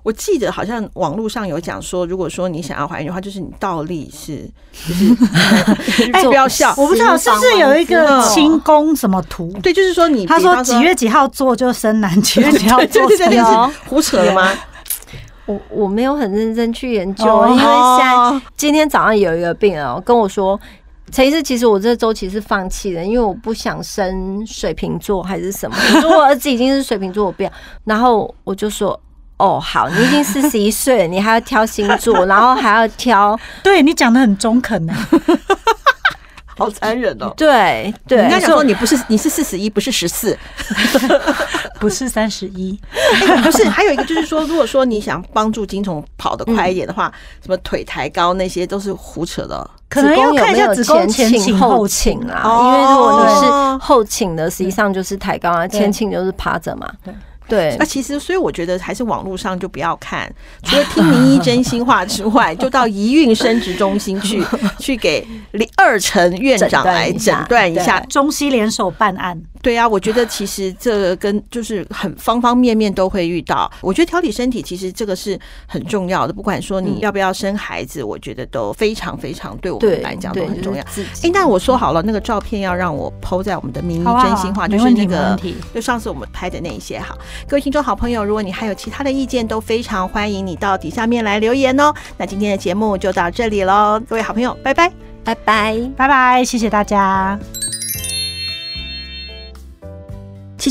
S1: 我记得好像网络上有讲说，如果说你想要怀孕的话，就是你倒立是， 就是、哎，不要笑，
S2: 我不知道是不是有一个
S3: 哦
S2: 清宫什么图，
S1: 对，就是说你
S2: 他
S1: 比
S2: 说
S1: 方
S2: 几月几号做就生 男，几月几号
S1: 对 对
S2: 做
S1: 对
S2: 生
S1: 对，
S2: 女。
S1: 那是胡扯了 吗？
S3: 我我没有很认真去研究，
S2: 哦
S3: 因为现在
S1: 哦
S3: 今天早上有一个病人哦跟我说。陈医师，其实我这周期是放弃的，因为我不想生水瓶座还是什么。 我说我儿子已经是水瓶座，我不要。然后我就说，哦，好，你已经四十一岁了，你还要挑星座，然后还要挑，
S2: 对你讲的很中肯呢、
S1: 好残忍哦。
S3: 对对。
S1: 人家讲
S3: 所以我
S1: 说你不是你是四十一，不是十四，
S2: 不是三十一，
S1: 哎不是，还有一个就是说，如果说你想帮助精虫跑得快一点的话，什么腿抬高那些都是胡扯的。
S2: 可能要看一下
S3: 子
S2: 子
S3: 宫有
S2: 宫
S3: 没有
S2: 前
S3: 前倾
S2: 倾
S3: 后
S2: 后
S3: 倾
S2: 倾
S3: 啊，
S1: 哦
S3: 因为如果你是后倾的，实际上就是抬高啊，
S2: 对
S3: 前倾就是趴着嘛
S2: 对。
S3: 对
S1: 那，其实，所以我觉得还是网络上就不要看，除了听名医真心话之外，就到宜运生殖中心去， 去给李二成院长来诊断一下。
S2: 中西联手办案，
S1: 对啊，我觉得其实这个跟就是很方方面面都会遇到。我觉得调理身体其实这个是很重要的，不管说你要不要生孩子，我觉得都非常非常对我
S3: 对
S1: 们来讲都
S3: 对，
S1: 很重要。
S3: 就是自己
S1: 哎，那我说好了，那个照片要让我剖在我们的名医
S2: 好啊
S1: 真心话，
S2: 没
S1: 就是
S2: 问题
S1: 那
S2: 没
S1: 个
S2: 问题
S1: 就上次我们拍的那一些哈。各位听众好朋友，如果你还有其他的意见，都非常欢迎你到底下面来留言哦。那今天的节目就到这里喽，各位好朋友，拜拜。
S3: 拜拜。
S2: 拜拜，谢谢大家。
S1: 其